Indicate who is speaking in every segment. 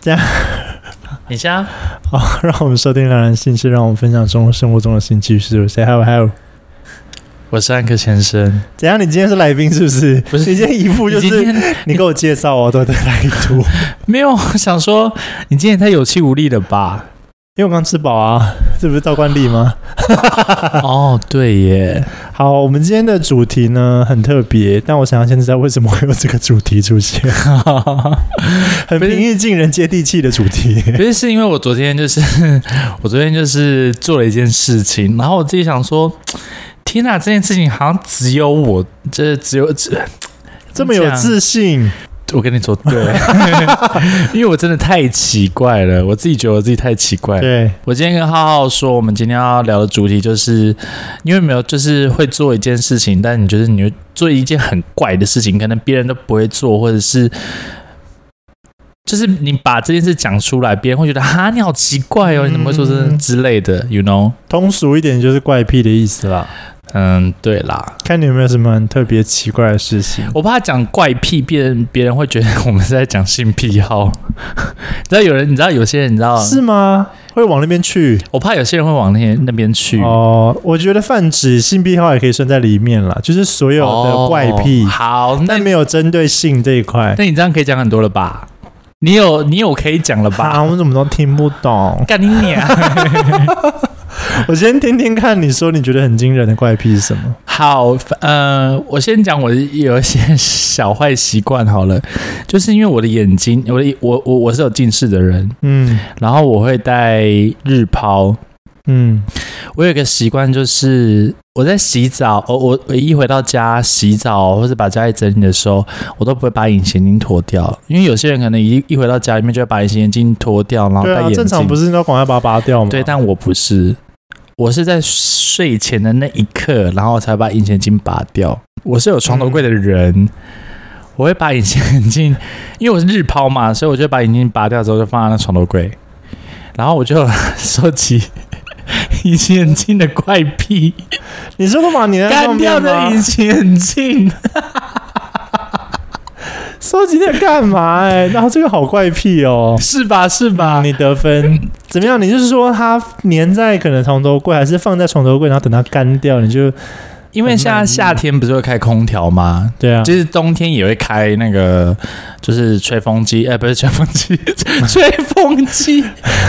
Speaker 1: 这样，
Speaker 2: 你先啊，
Speaker 1: 好， 让我们收听《良人兴趣》，让我们分享生生活中的兴趣是不是？还有还有，
Speaker 2: 我是安克先生。
Speaker 1: 怎样？你今天是来宾是不是？
Speaker 2: 不是
Speaker 1: 你今天一副就
Speaker 2: 你今
Speaker 1: 是
Speaker 2: 天
Speaker 1: 你给我介绍我都在来读，
Speaker 2: 没有 想说，你今天也太有气无力了吧？
Speaker 1: 因为我刚吃饱啊，这不是照惯例吗？
Speaker 2: 哦，对耶，
Speaker 1: 好，我们今天的主题呢很特别，但我想要先知道为什么会有这个主题出 现，很平易近人、接地气的主 题。
Speaker 2: 不是 是因为我昨天就是 我昨天就是做了一件事情，然后我自己想说，天哪，这件事情好像只有我，这只有只
Speaker 1: 这么有自信，
Speaker 2: 我跟你说， 对，因为我真的太奇怪了，我自己觉得我自己太奇怪了。
Speaker 1: 对，
Speaker 2: 我今天跟浩浩说，我们今天要聊的主题就是，因为没有就是会做一件事情，但你就是你会做一件很怪的事情，可能别人都不会做，或者是就是你把这件事讲出来，别人会觉得哈你好奇怪哦，你怎么会做这
Speaker 1: 嗯
Speaker 2: 之类的，you know？
Speaker 1: 通俗一点就是怪癖的意思啦。
Speaker 2: 嗯，对啦，
Speaker 1: 看你有没有什么很特别奇怪的事情。
Speaker 2: 我怕讲怪癖，别人别人会觉得我们是在讲性癖好。 你知道有人，你知道有些人，你知道
Speaker 1: 是吗？会往那边去
Speaker 2: 我怕有些人会往那边那边去。
Speaker 1: 哦、我觉得泛指性癖好也可以算在里面啦，就是所有的怪癖，
Speaker 2: 哦好，那
Speaker 1: 但没有针对性这一块。
Speaker 2: 那你这样可以讲很多了吧？你有你有可以讲了吧？
Speaker 1: 啊，我怎么都听不 懂。
Speaker 2: 干你娘！
Speaker 1: 我先听听看，你说你觉得很惊人的怪癖是什么？
Speaker 2: 好，呃，我先讲我的有一些小坏习惯好了，就是因为我的眼睛，我的我我我是有近视的人，
Speaker 1: 嗯
Speaker 2: 然后我会戴日抛。
Speaker 1: 嗯，
Speaker 2: 我有一个习惯就是我在洗澡，我我我一回到家洗澡或者把家里整理的时候，我都不会把隐形眼镜脱掉，因为有些人可能一一回到家里面就会把隐形眼镜脱掉，然后
Speaker 1: 对
Speaker 2: 戴眼
Speaker 1: 啊，
Speaker 2: 镜。
Speaker 1: 正常不是应该赶快把它拔掉吗？
Speaker 2: 对，但我不是，我是在睡前的那一刻，然后才把隐形眼镜拔掉。我是有床头柜的人，我会把隐形眼镜， 因为我是日抛嘛，所以我就把眼镜拔掉之后就放在那床头柜，然后我就收集 隐形眼镜的怪癖，
Speaker 1: 你说干嘛？你在
Speaker 2: 干
Speaker 1: 放
Speaker 2: 掉
Speaker 1: 便
Speaker 2: 的
Speaker 1: 吗
Speaker 2: 隐形眼镜。
Speaker 1: 收集在干嘛、欸？哎，然后这个好怪癖 哦。
Speaker 2: 是吧？是吧？
Speaker 1: 你得分怎么样？你是说它粘在可能床头柜，还是放在床头柜，然后等它干掉，你就
Speaker 2: 因为现在夏天不是会开空调吗？
Speaker 1: 对啊？
Speaker 2: 其实冬天也会开那个，就是吹风机，哎、不是吹风机， 吹风机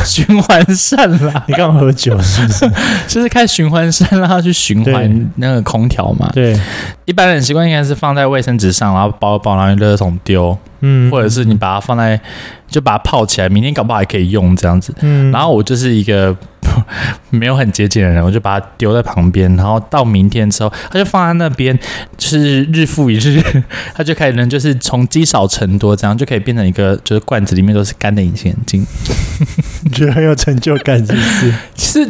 Speaker 2: 循环扇啦，
Speaker 1: 你刚喝酒是不是？
Speaker 2: 就是开循环扇让它去循
Speaker 1: 对
Speaker 2: 环那个空调嘛。
Speaker 1: 对，
Speaker 2: 一般人习惯应该是放在卫生纸上，然后包一包，然后用垃圾桶丢，
Speaker 1: 嗯，
Speaker 2: 或者是你把它放在，就把它泡起来，明天搞不好还可以用这样子。
Speaker 1: 嗯，
Speaker 2: 然后我就是一个 没有很节俭的人，我就把它丢在旁边，然后到明天之后，它就放在那边，就是日复一日， 它就开始能就是从积少成多，这样就可以变成一个就是罐子里面都是干的隐形眼镜。
Speaker 1: 你觉得很有成就感，是不 是？
Speaker 2: 其实。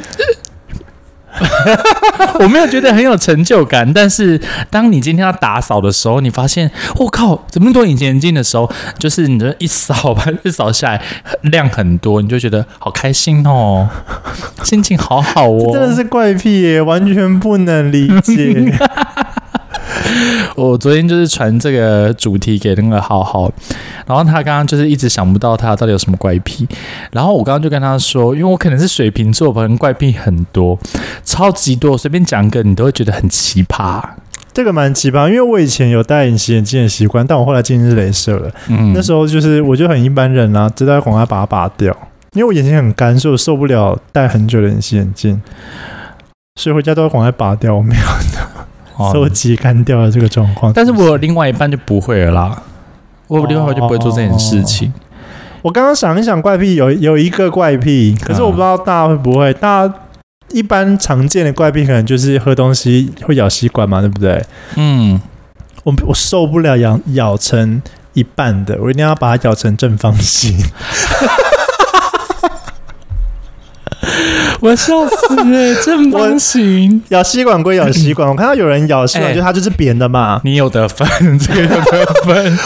Speaker 2: 我没有觉得很有成就感，但是当你今天要打扫的时候，你发现我、靠，怎么那么多隐形眼镜的时候，就是你的一扫吧，一扫下来量很多，你就觉得好开心哦，心情好好哦。
Speaker 1: 这真的是怪癖耶，完全不能理 解。
Speaker 2: 我昨天就是传这个主题给那个浩浩，然后他刚刚就是一直想不到他到底有什么怪癖，然后我刚刚就跟他说，因为我可能是水瓶座，可能怪癖很多，超级多，随便讲一个你都会觉得很奇葩。
Speaker 1: 这个蛮奇葩，因为我以前有戴隐形眼镜的习惯，但我后来近视雷射了。
Speaker 2: 嗯
Speaker 1: 那时候就是我就很一般人啦、啊，知道要赶快把它拔掉，因为我眼睛很干，所以我受不了戴很久的隐形眼镜。所以回家都要赶快拔掉，我没有收
Speaker 2: 哦，
Speaker 1: 集干掉的这个状况。
Speaker 2: 但是我有另外一半就不会了啦，我有另外一半就不会做这件事情。
Speaker 1: 我刚刚想一想，怪癖有有一个怪癖，可是我不知道大家会不会。大家一般常见的怪癖可能就是喝东西会咬吸管嘛，对不对？
Speaker 2: 嗯，
Speaker 1: 我我受不了咬咬成一半的，我一定要把它咬成正方形。
Speaker 2: 我笑死了，正
Speaker 1: 方
Speaker 2: 形，
Speaker 1: 咬吸管归咬吸管，我看到有人咬吸管，
Speaker 2: 哎
Speaker 1: 就它就是扁的嘛，
Speaker 2: 你有得分，这个有得分。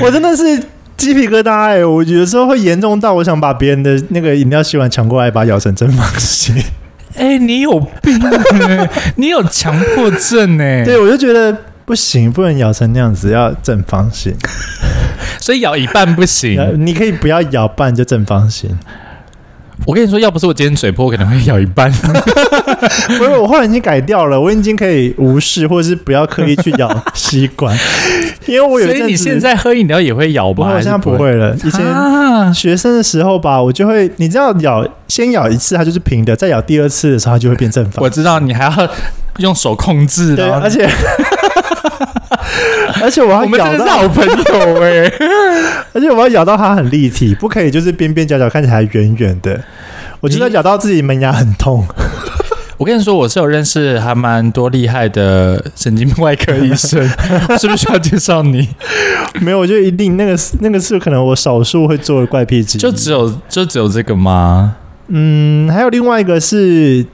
Speaker 1: 我真的是。鸡皮疙瘩哎、我有的时候会严重到我想把别人的那个饮料吸管抢过来，把它咬成正方形。
Speaker 2: 哎、你有病、欸，你有强迫症哎、
Speaker 1: 对，我就觉得不行，不能咬成那样子，要正方形。
Speaker 2: 所以咬一半不
Speaker 1: 呃
Speaker 2: 行。
Speaker 1: 你可以不要咬半就正方形。
Speaker 2: 我跟你说，要不是我今天嘴破，我可能会咬一半。
Speaker 1: 不是，我后来已经改掉了，我已经可以无视或者是不要刻意去咬 吸管，因为 我有一
Speaker 2: 所
Speaker 1: 阵
Speaker 2: 以
Speaker 1: 子
Speaker 2: 你现在喝饮料也会咬
Speaker 1: 不
Speaker 2: 吗？
Speaker 1: 会，我现在不会了。以
Speaker 2: 还是不会。
Speaker 1: 前
Speaker 2: 啊，
Speaker 1: 学生的时候吧，我就会，你知道咬先咬一次它就是平的，再咬第二次的时候它就会变正方。
Speaker 2: 我知道你还要用手控制，
Speaker 1: 对，
Speaker 2: 然后
Speaker 1: 而 且而且我要
Speaker 2: 我们真
Speaker 1: 咬
Speaker 2: 的是
Speaker 1: 到，
Speaker 2: 好朋友哎、
Speaker 1: 而且我要咬到它很立体，不可以就是边边角角看起来圆圆的。我真的
Speaker 2: 你
Speaker 1: 咬到自己门牙很痛，
Speaker 2: 我跟你说，我是有认识还蛮多厉害的神经外科 医生，是不是需要介绍你？
Speaker 1: 嗯 没有，我就一定那个是那个是可能我少数会做的怪癖之一。
Speaker 2: 就只有就只有这个吗？
Speaker 1: 嗯，还有另外一个是，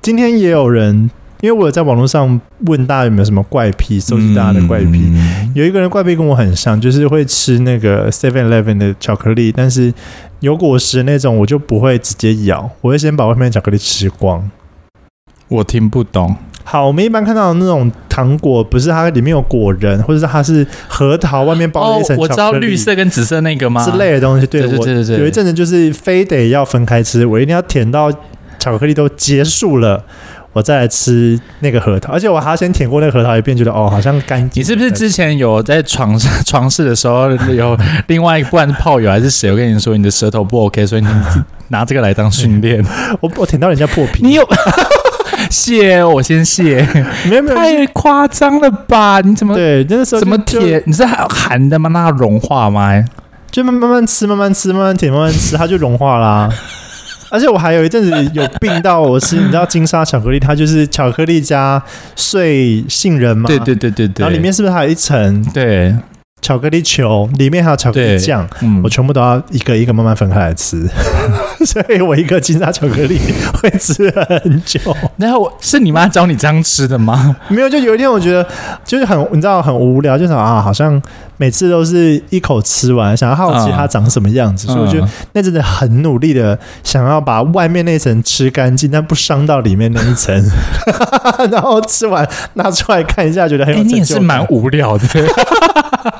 Speaker 1: 今天也有人，因为我有在网络上问大家有没有什么怪癖，搜集大家的怪癖。
Speaker 2: 嗯
Speaker 1: 有一个人怪癖跟我很像，就是会吃那个 Seven Eleven 的巧克力，但是有果实那种我就不会直接咬，我会先把外面的巧克力吃光。
Speaker 2: 我听不懂。
Speaker 1: 好，我们一般看到的那种糖果，不是它里面有果仁，或者是它是核桃外面包了一层
Speaker 2: 哦我知道
Speaker 1: 巧克
Speaker 2: 绿
Speaker 1: 力
Speaker 2: 色跟紫色那个吗？
Speaker 1: 之类的东西。对
Speaker 2: 对对
Speaker 1: 我
Speaker 2: 对对对
Speaker 1: 有一阵子就是非得要分开吃，我一定要舔到巧克力都结束了，我再来吃那个核桃。而且我还要先舔过那个核桃一遍，觉得哦，好像干净。
Speaker 2: 你是不是之前有在床上 床试的时候有另外一个，不管是炮友还是谁？我跟你说，你的舌头不 OK，所以你拿这个来当训 练。
Speaker 1: 我我舔到人家破皮？
Speaker 2: 你有谢我先谢，
Speaker 1: 没有没有。
Speaker 2: 太夸张了吧？你怎么
Speaker 1: 对，那个时候
Speaker 2: 怎么
Speaker 1: 就
Speaker 2: 舔？你是含的吗？那它融化吗？
Speaker 1: 就慢慢慢吃，慢慢吃，慢慢舔，慢慢吃，它就融化啦、 而且我还有一阵子有病到我吃，你知道金沙巧克力，它就是巧克力加碎杏仁嘛，
Speaker 2: 对对对对对，
Speaker 1: 然后里面是不是还有一层
Speaker 2: 对，
Speaker 1: 巧克力球，里面还有巧克力
Speaker 2: 对
Speaker 1: 酱？
Speaker 2: 嗯
Speaker 1: 我，全部都要一个一个慢慢分开来吃，
Speaker 2: 嗯
Speaker 1: 所以我一个金沙巧克 力会吃很久。
Speaker 2: 然后我是你妈教你这样吃的吗？
Speaker 1: 没有，就有一天我觉得就是很，你知道很无聊，就想啊，好像每次都是一口吃完，想要好奇它长什么样子，所以我就
Speaker 2: 嗯
Speaker 1: 那真的很努力的想要把外面那层吃干净，但不伤到里面那一层。 然后吃完拿出来看一下，觉得很
Speaker 2: 哎、
Speaker 1: 有
Speaker 2: 你也
Speaker 1: 成
Speaker 2: 是
Speaker 1: 就
Speaker 2: 蛮
Speaker 1: 感。
Speaker 2: 无聊的。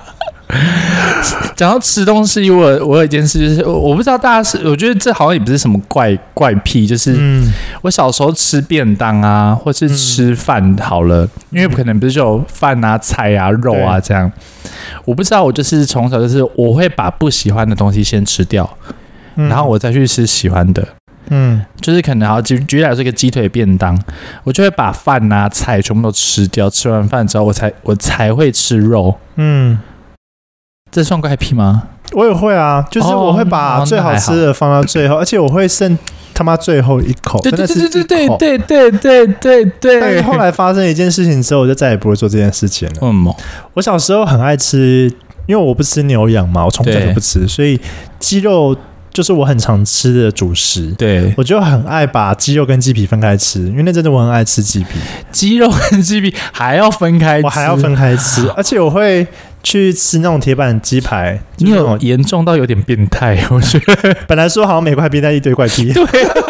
Speaker 2: 讲到吃东西，我我有一件事就是，我我不知道大家是，我觉得这好像也不是什么怪怪癖，就是、
Speaker 1: 嗯，
Speaker 2: 我小时候吃便当啊，或是吃饭好了，因为可能不是就有饭啊、菜啊、肉啊这样。我不知道，我就是从小就是我会把不喜欢的东西先吃掉，
Speaker 1: 嗯
Speaker 2: 然后我再去吃喜欢的。
Speaker 1: 嗯
Speaker 2: 就是可能好举举例来说，一个鸡腿便当，我就会把饭啊菜全部都吃掉，吃完饭之后我才我才会吃肉，
Speaker 1: 嗯，
Speaker 2: 这算怪癖吗？
Speaker 1: 我也会啊，就是
Speaker 2: 哦
Speaker 1: 我会把
Speaker 2: 哦
Speaker 1: 最好吃的放到最后，而且我会剩他妈最后一口，
Speaker 2: 对
Speaker 1: 真
Speaker 2: 对
Speaker 1: 的是
Speaker 2: 对对
Speaker 1: 一
Speaker 2: 对
Speaker 1: 口。
Speaker 2: 对对对对对
Speaker 1: 但是后来发生一件事情之后，我就再也不会做这件事情了。
Speaker 2: 嗯，
Speaker 1: 我小时候很爱吃，因为我不吃牛羊嘛，我从小
Speaker 2: 对
Speaker 1: 就不吃，所以鸡肉就是我很常吃的主食。
Speaker 2: 对，
Speaker 1: 我就很爱把鸡肉跟鸡皮分开吃，因为那真的我很爱吃鸡皮，
Speaker 2: 鸡肉跟鸡皮还要分开，
Speaker 1: 我还要分。开吃，而且我会去吃那种铁板鸡排。就
Speaker 2: 你
Speaker 1: 是那
Speaker 2: 有
Speaker 1: 种
Speaker 2: 严重到有点变态， 我觉得。
Speaker 1: 本来说好像每块皮带一堆怪皮，
Speaker 2: 对，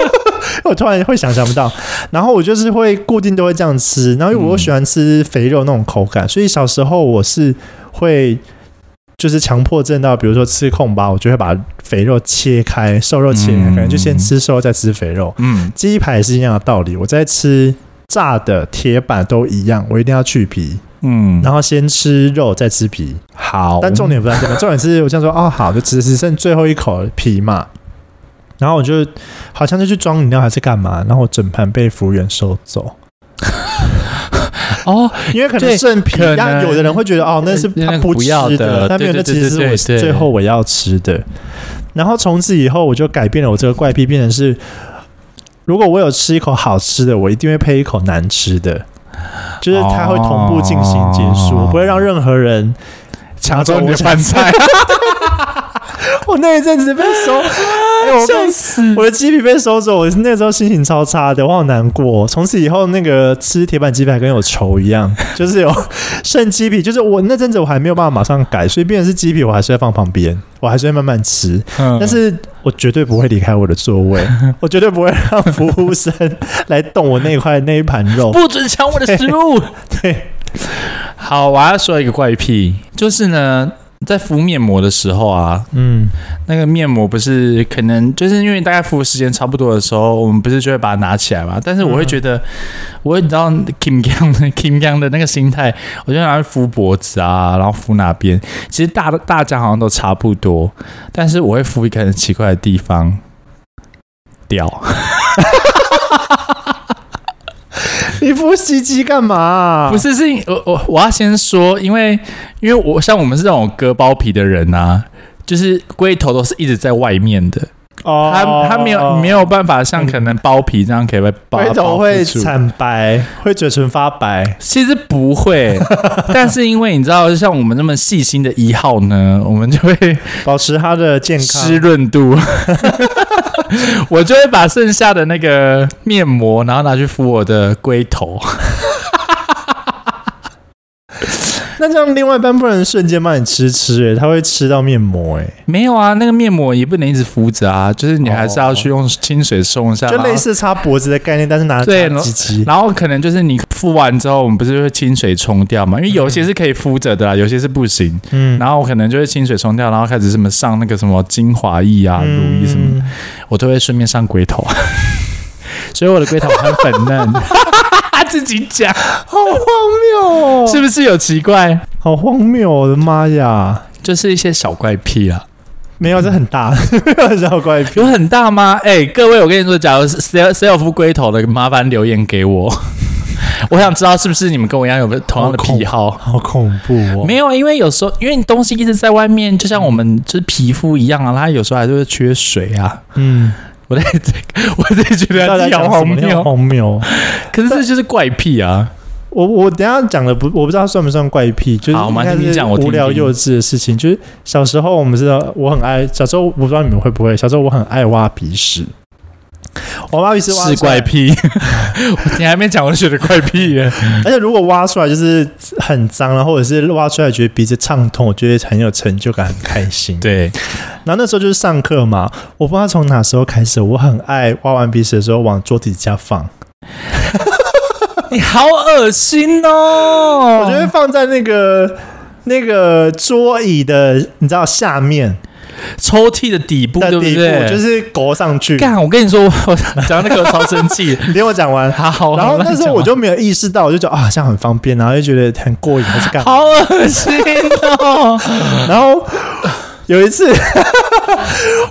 Speaker 1: 我突然会想象不到。然后我就是会固定都会这样吃，然后因为我又喜欢吃肥肉那种口感，所以小时候我是会就是强迫症到，比如说吃空吧，我就会把肥肉切开，瘦肉切开，
Speaker 2: 嗯
Speaker 1: 可能就先吃瘦肉再吃肥肉。
Speaker 2: 嗯，
Speaker 1: 鸡排也是一样的道理，我在吃。炸的铁板都一样，我一定要去皮，
Speaker 2: 嗯，
Speaker 1: 然后先吃肉再吃皮。
Speaker 2: 好，嗯
Speaker 1: 但重点不在这边，重点是我这样说哦，好，就只只剩最后一口皮嘛。然后我就好像就去装饮料还是干嘛，然后我整盘被服务员收走，
Speaker 2: 哦，
Speaker 1: 因为可能
Speaker 2: 对
Speaker 1: 剩皮
Speaker 2: 可，
Speaker 1: 但
Speaker 2: 能
Speaker 1: 有的人会觉得哦，那是
Speaker 2: 那
Speaker 1: 他
Speaker 2: 个
Speaker 1: 不
Speaker 2: 不
Speaker 1: 吃
Speaker 2: 要
Speaker 1: 的，
Speaker 2: 的
Speaker 1: 但没有，
Speaker 2: 对
Speaker 1: 那
Speaker 2: 对
Speaker 1: 其实是
Speaker 2: 对
Speaker 1: 我
Speaker 2: 对对
Speaker 1: 最后我要吃的。然后从此以后，我就改变了我这个怪癖，变成是，如果我有吃一口好吃的，我一定会配一口难吃的，就是它会同步进行结束，
Speaker 2: 哦
Speaker 1: 我不会让任何人
Speaker 2: 抢走你的饭 菜，
Speaker 1: 我那一阵子被收，哎、我被
Speaker 2: 死
Speaker 1: 我的鸡皮被收走，我那时候心情超差的，我好难过哦、从此以后，那个吃铁板鸡排跟有仇一样， 就是有剩鸡皮，就是我那阵子我还没有办法马上改，所以变成是鸡皮，我还是会放旁边，我还是会慢慢吃，但
Speaker 2: 但
Speaker 1: 是我绝对不会离开我的座 位，我绝对不会让服务生来动我那块那一盘肉。
Speaker 2: 不准抢我的食物。
Speaker 1: 对，
Speaker 2: 好，我要说一个怪癖，就是呢，在敷面膜的时候啊，
Speaker 1: 嗯，
Speaker 2: 那个面膜不是可能就是因为大概敷的时间差不多的时候，我们不是就会把它拿起来嘛？但是我会觉得，我会你知道 Kim Gang 的 Kim Gang 的那个心态，我就拿去敷脖子啊，然后敷哪边，其实大大家好像都差不多，但是我会敷一个很奇怪的地方，屌，
Speaker 1: 你敷袭击干嘛啊、
Speaker 2: 不是是因我我我要先说，因为因为我像我们是这种割包皮的人啊。就是龟头都是一直在外面的，
Speaker 1: 哦，
Speaker 2: 它它没有没有办法像可能包皮这样可以被包
Speaker 1: 回头会
Speaker 2: 包覆住
Speaker 1: 惨白，会嘴唇发白。
Speaker 2: 其实不会， 但是因为你知道，像我们那么细心的一号呢，我们就会
Speaker 1: 保持它的健
Speaker 2: 湿
Speaker 1: 康。
Speaker 2: 润度， 我就会把剩下的那个面膜，然后拿去敷我的龟头。
Speaker 1: 那这样另外一半不能瞬间帮你吃吃、欸，他会吃到面膜、欸，
Speaker 2: 没有啊，那个面膜也不能一直敷着啊，就是你还是要去用清水冲一下，
Speaker 1: 就
Speaker 2: 然后
Speaker 1: 类似擦脖子的概念，但是拿
Speaker 2: 啊对
Speaker 1: 拿鸡鸡。
Speaker 2: 然后可能就是你敷完之后，我们不是会清水冲掉嘛？因为有些是可以敷着的啊啦，有些是不行。
Speaker 1: 嗯
Speaker 2: 然后我可能就会清水冲掉，然后开始什么上那个什么精华液啊、乳液什么的。
Speaker 1: 嗯
Speaker 2: 我都会顺便上龟头， 所以我的龟头很粉嫩。自己讲
Speaker 1: 好荒谬哦！
Speaker 2: 是不是有奇怪？
Speaker 1: 好荒谬、哦！我的妈呀，
Speaker 2: 就是一些小怪癖啊，
Speaker 1: 没有，这很大， 没有小怪癖。
Speaker 2: 有很大吗？哎、各位，我跟你说，假如是谁有谁有敷龟头的，麻烦留言给我。 我想知道是不是你们跟我一样有没有同样的癖好？
Speaker 1: 好恐怖哦！
Speaker 2: 没有，因为有时候因为东西一直在外面，就像我们就是皮肤一样啊，它有时候还是会缺水啊。
Speaker 1: 嗯，
Speaker 2: 我在这个，我在觉得
Speaker 1: 大
Speaker 2: 自
Speaker 1: 家
Speaker 2: 己好
Speaker 1: 讲什
Speaker 2: 荒
Speaker 1: 么你好
Speaker 2: 谬，
Speaker 1: 荒谬哦！
Speaker 2: 可是这就是怪癖啊。
Speaker 1: 我我等一下讲的不，我不知道算不算怪癖，就是
Speaker 2: 好马上
Speaker 1: 应该
Speaker 2: 你
Speaker 1: 是
Speaker 2: 讲我听
Speaker 1: 无聊
Speaker 2: 听
Speaker 1: 幼稚的事情。就是小时候我们知道，我很爱小时候，我不知道你们会不会，小时候我很爱挖鼻屎，我挖鼻屎挖出
Speaker 2: 是
Speaker 1: 来
Speaker 2: 怪，癖，你还没讲， 我就觉得怪癖耶。
Speaker 1: 而且如果挖出来就是很脏，然后或者是挖出来觉得鼻子畅通，我觉得很有成就感，很开心。
Speaker 2: 对，
Speaker 1: 然后那时候就是上课嘛，我不知道从哪时候开始，我很爱挖完鼻屎的时候往桌底下放，
Speaker 2: 哦你好恶心哦！
Speaker 1: 我觉得放在那个那个桌椅的，你知道下面。
Speaker 2: 抽屉的底部，
Speaker 1: 的
Speaker 2: 对不
Speaker 1: 底部
Speaker 2: 对？
Speaker 1: 就是勾上去。
Speaker 2: 干，我跟你说， 我讲到那个我超生气。
Speaker 1: 你听我讲完，
Speaker 2: 好，
Speaker 1: 然后那时候我
Speaker 2: 就
Speaker 1: 就没有意识到，我就觉得啊，这样很方便，然后就觉得很过瘾，还是干嘛？
Speaker 2: 好恶心哦！
Speaker 1: 然后有一次，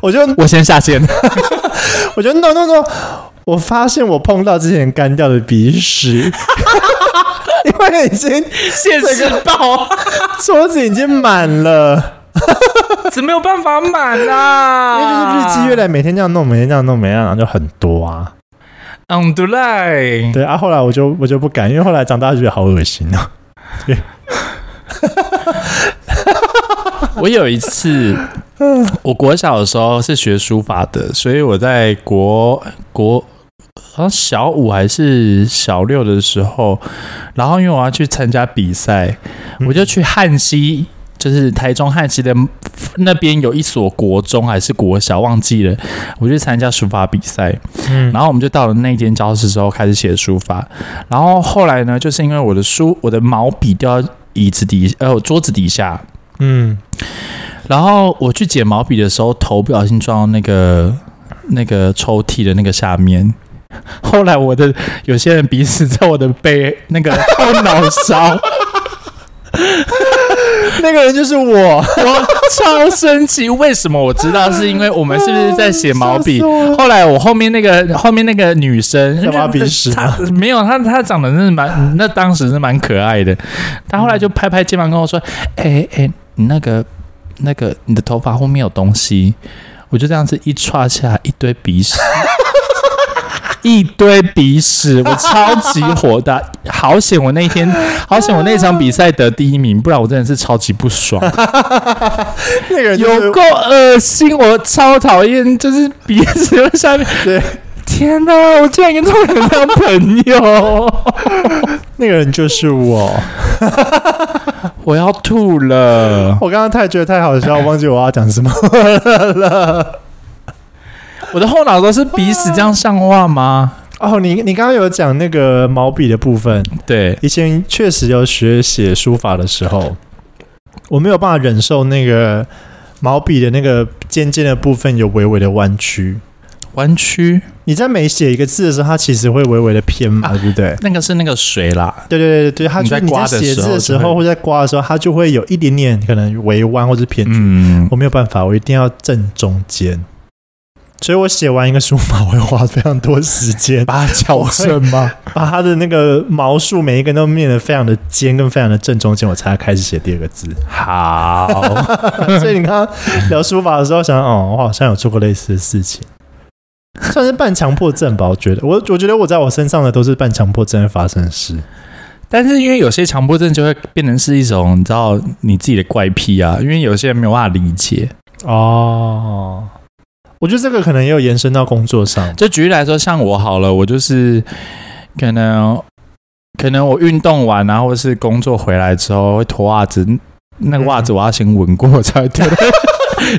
Speaker 1: 我就
Speaker 2: 我先下线，
Speaker 1: 我就弄弄弄，我发现我碰到之前干掉的鼻屎。 因为已经
Speaker 2: 现实报，啊
Speaker 1: 桌子已经满了，
Speaker 2: 怎么没有办法满
Speaker 1: 因为
Speaker 2: 啊？
Speaker 1: 就是日积月累，每天这样弄，每天这样弄，每天这样弄就很多啊。
Speaker 2: 嗯，对嘞。
Speaker 1: 对啊，后来我就我就不敢，因为后来长大就觉得好恶心啊。
Speaker 2: 我有一次，我国小的时候是学书法的，所以我在国国好像小五还是小六的时候，然后因为我要去参加比赛，我就去汉西。就是台中汉西的那边有一所国中还是国小忘记了，我去参加书法比赛，
Speaker 1: 嗯
Speaker 2: 然后我们就到了那间教室之后开始写书法，然后后来呢，就是因为我的书我的毛笔掉到椅子底呃我桌子底下，
Speaker 1: 嗯，
Speaker 2: 然后我去捡毛笔的时候，头不小心撞到那个那个抽屉的那个下面。后来我的有些人鼻屎在我的背那个后脑勺，
Speaker 1: 那个人就是我，
Speaker 2: 我超生气。为什么？我知道是因为我们是不是在写毛笔
Speaker 1: 笑死 我？了
Speaker 2: 后来我后面那个后面那个女 生
Speaker 1: 在挖鼻屎
Speaker 2: 她没有她她长得真的蛮那当时是蛮可爱的。她后来就拍拍肩膀跟我说：“哎、哎、你那个那个你的头发后面有东西。”我就这样子一歘下来一堆 鼻屎。一堆鼻屎，我超级火大，好险！我那天，好险！我那场比赛得第一名，不然我真的是超级不爽。
Speaker 1: 那个人 就是
Speaker 2: 有够恶心，我超讨厌，就是鼻子在下面。
Speaker 1: 对，
Speaker 2: 天哪，我竟然跟这种人当朋友，
Speaker 1: 那个人就是我。
Speaker 2: 我要吐了！
Speaker 1: 我刚刚太觉得太好笑，忘记我要讲什么。
Speaker 2: 我的后脑勺是鼻屎，这样像话吗？
Speaker 1: 哦，你你刚刚有讲那个毛笔的部分，
Speaker 2: 对，
Speaker 1: 以前确实有学写书法的时候，我没有办法忍受那个毛笔的那个尖尖的部分有微微的弯曲。
Speaker 2: 弯曲
Speaker 1: 你在每写一个字的时候，它其实会微微的偏嘛，
Speaker 2: 啊
Speaker 1: 对不对？
Speaker 2: 那个是那个水啦，
Speaker 1: 对对对对，它就
Speaker 2: 你在
Speaker 1: 你在
Speaker 2: 刮的
Speaker 1: 写字的
Speaker 2: 时
Speaker 1: 时
Speaker 2: 候就
Speaker 1: 候
Speaker 2: 会
Speaker 1: 或者在刮的时候，它就会有一点点可能微弯或是偏曲。
Speaker 2: 嗯
Speaker 1: 我，没有办法，我一定要正中间。所以我写完一个书法，我会花非常多时间
Speaker 2: 把它矫
Speaker 1: 哦
Speaker 2: 正吗？
Speaker 1: 把它的那个毛数每一根都念得非常的尖，跟非常的正中间，我才开始写第二个字。
Speaker 2: 好，
Speaker 1: 所以你刚刚聊书法的时候想，哦，我好像有做过类似的事情，算是半强迫症吧。我觉得，我我觉得我在我身上的都是半强迫症发生的事。
Speaker 2: 但是因为有些强迫症就会变成是一种你知道你自己的怪癖啊，因为有些人没有办法理解。
Speaker 1: 哦，我觉得这个可能也有延伸到工作上。
Speaker 2: 就举例来说，像我好了，我就是可能可能我运动完啊，或是工作回来之后会脱袜子，那
Speaker 1: 嗯
Speaker 2: 个袜子我要先闻过我才会丢到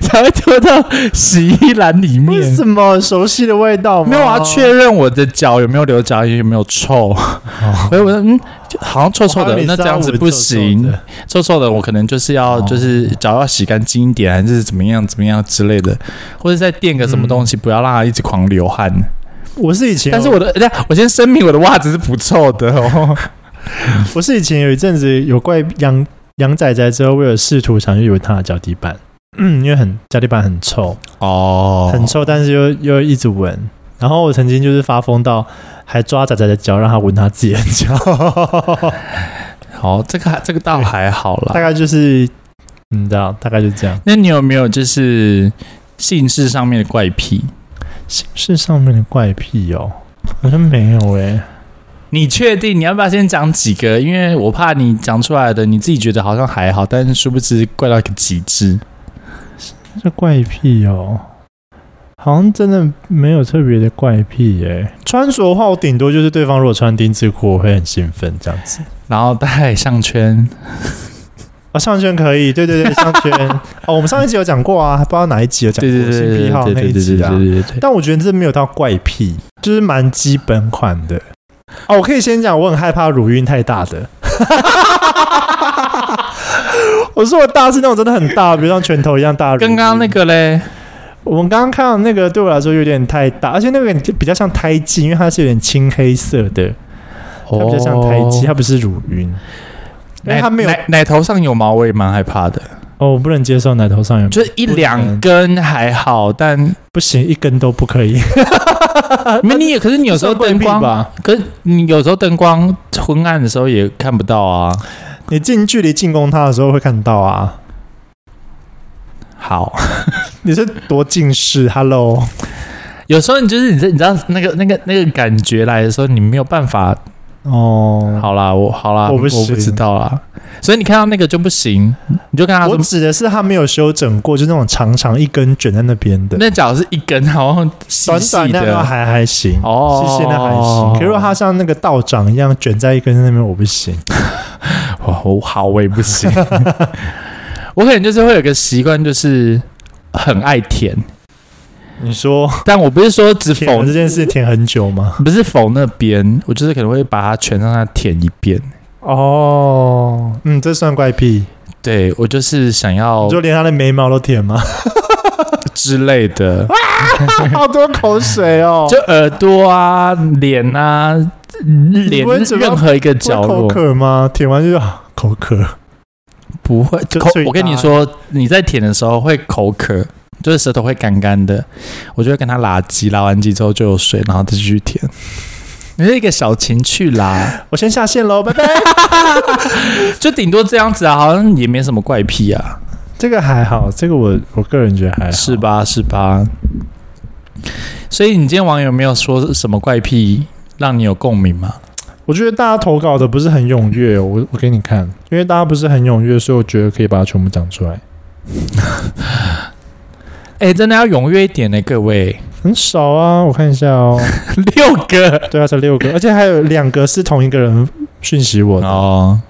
Speaker 2: 才会丢到洗衣篮里
Speaker 1: 为
Speaker 2: 面。
Speaker 1: 什么熟悉的味道吗？
Speaker 2: 没有，我要确认我的脚有没有留脚印，有没有臭。
Speaker 1: 哦
Speaker 2: 所以我说，嗯，就好像臭臭的，那这样子不行。臭臭的，我可能就是要
Speaker 1: 哦
Speaker 2: 就是脚要洗干净一点，还是怎么样怎么样之类的，或者再垫个什
Speaker 1: 嗯
Speaker 2: 么东西，不要让它一直狂流汗。
Speaker 1: 我是以前有，
Speaker 2: 但是我的，等一下我先声明，我的袜子是不臭的哦。
Speaker 1: 我是以前有一阵子有怪杨杨仔仔之后，我有试图想去闻他的脚底板， 嗯，因为很脚底板很臭，
Speaker 2: 哦
Speaker 1: 很臭，但是又又一直闻。然后我曾经就是发疯到还抓仔仔的脚，让他闻他自己的脚，
Speaker 2: 好，这个还这个倒还好
Speaker 1: 大
Speaker 2: 啦。
Speaker 1: 概就是嗯你知道，大概就这样。
Speaker 2: 那你有没有就是姓氏上面的怪癖？
Speaker 1: 形式上面的怪癖哦，好像没有欸诶、
Speaker 2: 你确定你要不要先讲几个？因为我怕你讲出来的，你自己觉得好像还好，但是殊不知怪到一个极致。
Speaker 1: 这怪癖哦，好像真的没有特别的怪癖耶、穿着的话，我顶多就是对方如果穿丁字裤，我会很兴奋这样子。
Speaker 2: 然后戴项圈，
Speaker 1: 啊，项圈可以，对 对对，项圈。哦，我们上一集有讲过啊，不知道哪一集有讲
Speaker 2: 对
Speaker 1: 过
Speaker 2: 对对
Speaker 1: 性癖好
Speaker 2: 对对
Speaker 1: 那
Speaker 2: 对对
Speaker 1: 一
Speaker 2: 对
Speaker 1: 集啊。
Speaker 2: 对对。
Speaker 1: 但我觉得这没有到怪癖，就是蛮基本款的。哦，我可以先讲，我很害怕乳晕太大 的。我说我大是那种真的很大，比如像拳头一样大的乳晕。
Speaker 2: 刚刚那个嘞，
Speaker 1: 我们刚刚看到那个对我来说有点太大，而且那个比较像胎记，因为它是有点青黑色的，它比较像胎记，它不是乳晕。因为
Speaker 2: 哦奶
Speaker 1: 它没有
Speaker 2: 奶奶头上有毛，我也蛮害怕的，
Speaker 1: 哦，我不能接受奶头上有，
Speaker 2: 就是一两根还好，但
Speaker 1: 不行，一根都不可以。
Speaker 2: 没你也可是你有时候灯
Speaker 1: 算贵
Speaker 2: 光，
Speaker 1: 吧，
Speaker 2: 可是你有时候灯光昏暗的时候也看不到啊。
Speaker 1: 你近距离进攻它的时候会看到啊。
Speaker 2: 好，
Speaker 1: 你是多近视？Hello，
Speaker 2: 有时候你就是你这你知道那个那个那个感觉来的时候，你没有办法。
Speaker 1: 哦，
Speaker 2: 好啦，我好啦，
Speaker 1: 我
Speaker 2: 我
Speaker 1: 不行
Speaker 2: 知道啦，所以你看到那个就不行，你就跟他
Speaker 1: 我
Speaker 2: 说，嗯
Speaker 1: 指的是它没有修整过，就那种长长一根卷在那边的，
Speaker 2: 那脚是一根，好像细
Speaker 1: 短
Speaker 2: 细
Speaker 1: 短那
Speaker 2: 的
Speaker 1: 那还还行。
Speaker 2: 哦，
Speaker 1: 谢谢，那还行。可是如果它像那个道长一样卷在一根在那边，我不行。
Speaker 2: 哇，我好，我也不行。 我可能就是会有个习惯，就是很爱舔，
Speaker 1: 你说
Speaker 2: 但我不是说只
Speaker 1: 舔
Speaker 2: 否
Speaker 1: 人这件事舔很久吗？
Speaker 2: 不是否那边，我就是可能会把它全让它舔一遍。
Speaker 1: 哦，嗯，这算怪癖，
Speaker 2: 对我就是想要
Speaker 1: 就连他的眉毛都舔吗？
Speaker 2: 之类的，
Speaker 1: 好多口水 哦，
Speaker 2: 就耳朵啊、脸啊、脸
Speaker 1: 不会嘴巴
Speaker 2: 任何一个角
Speaker 1: 会口
Speaker 2: 落
Speaker 1: 渴吗？舔完就啊口渴，
Speaker 2: 不会
Speaker 1: 就
Speaker 2: 口
Speaker 1: 最。
Speaker 2: 我跟你
Speaker 1: 大
Speaker 2: 说，你在舔的时候会口渴，就是舌头会干干的。我就会跟它拉鸡，拉完鸡之后就有水，然后再继续 舔。你是一个小情趣啦。
Speaker 1: 我先下线喽，拜拜。
Speaker 2: 就顶多这样子啊，好像也没什么怪癖啊，
Speaker 1: 这个还好，这个我我个人觉得还好，
Speaker 2: 是？吧？是吧？所以你今天网友有没有说什么怪癖让你有共鸣吗？
Speaker 1: 我觉得大家投稿的不是很踊跃，我我给你看，因为大家不是很踊跃，所以我觉得可以把它全部讲出来。
Speaker 2: 哎、真的要踊跃一点呢、各位，
Speaker 1: 很少啊，我看一下哦。
Speaker 2: 六个
Speaker 1: 对啊，才六个，而且还有两个是同一个人讯息我的。
Speaker 2: 哦，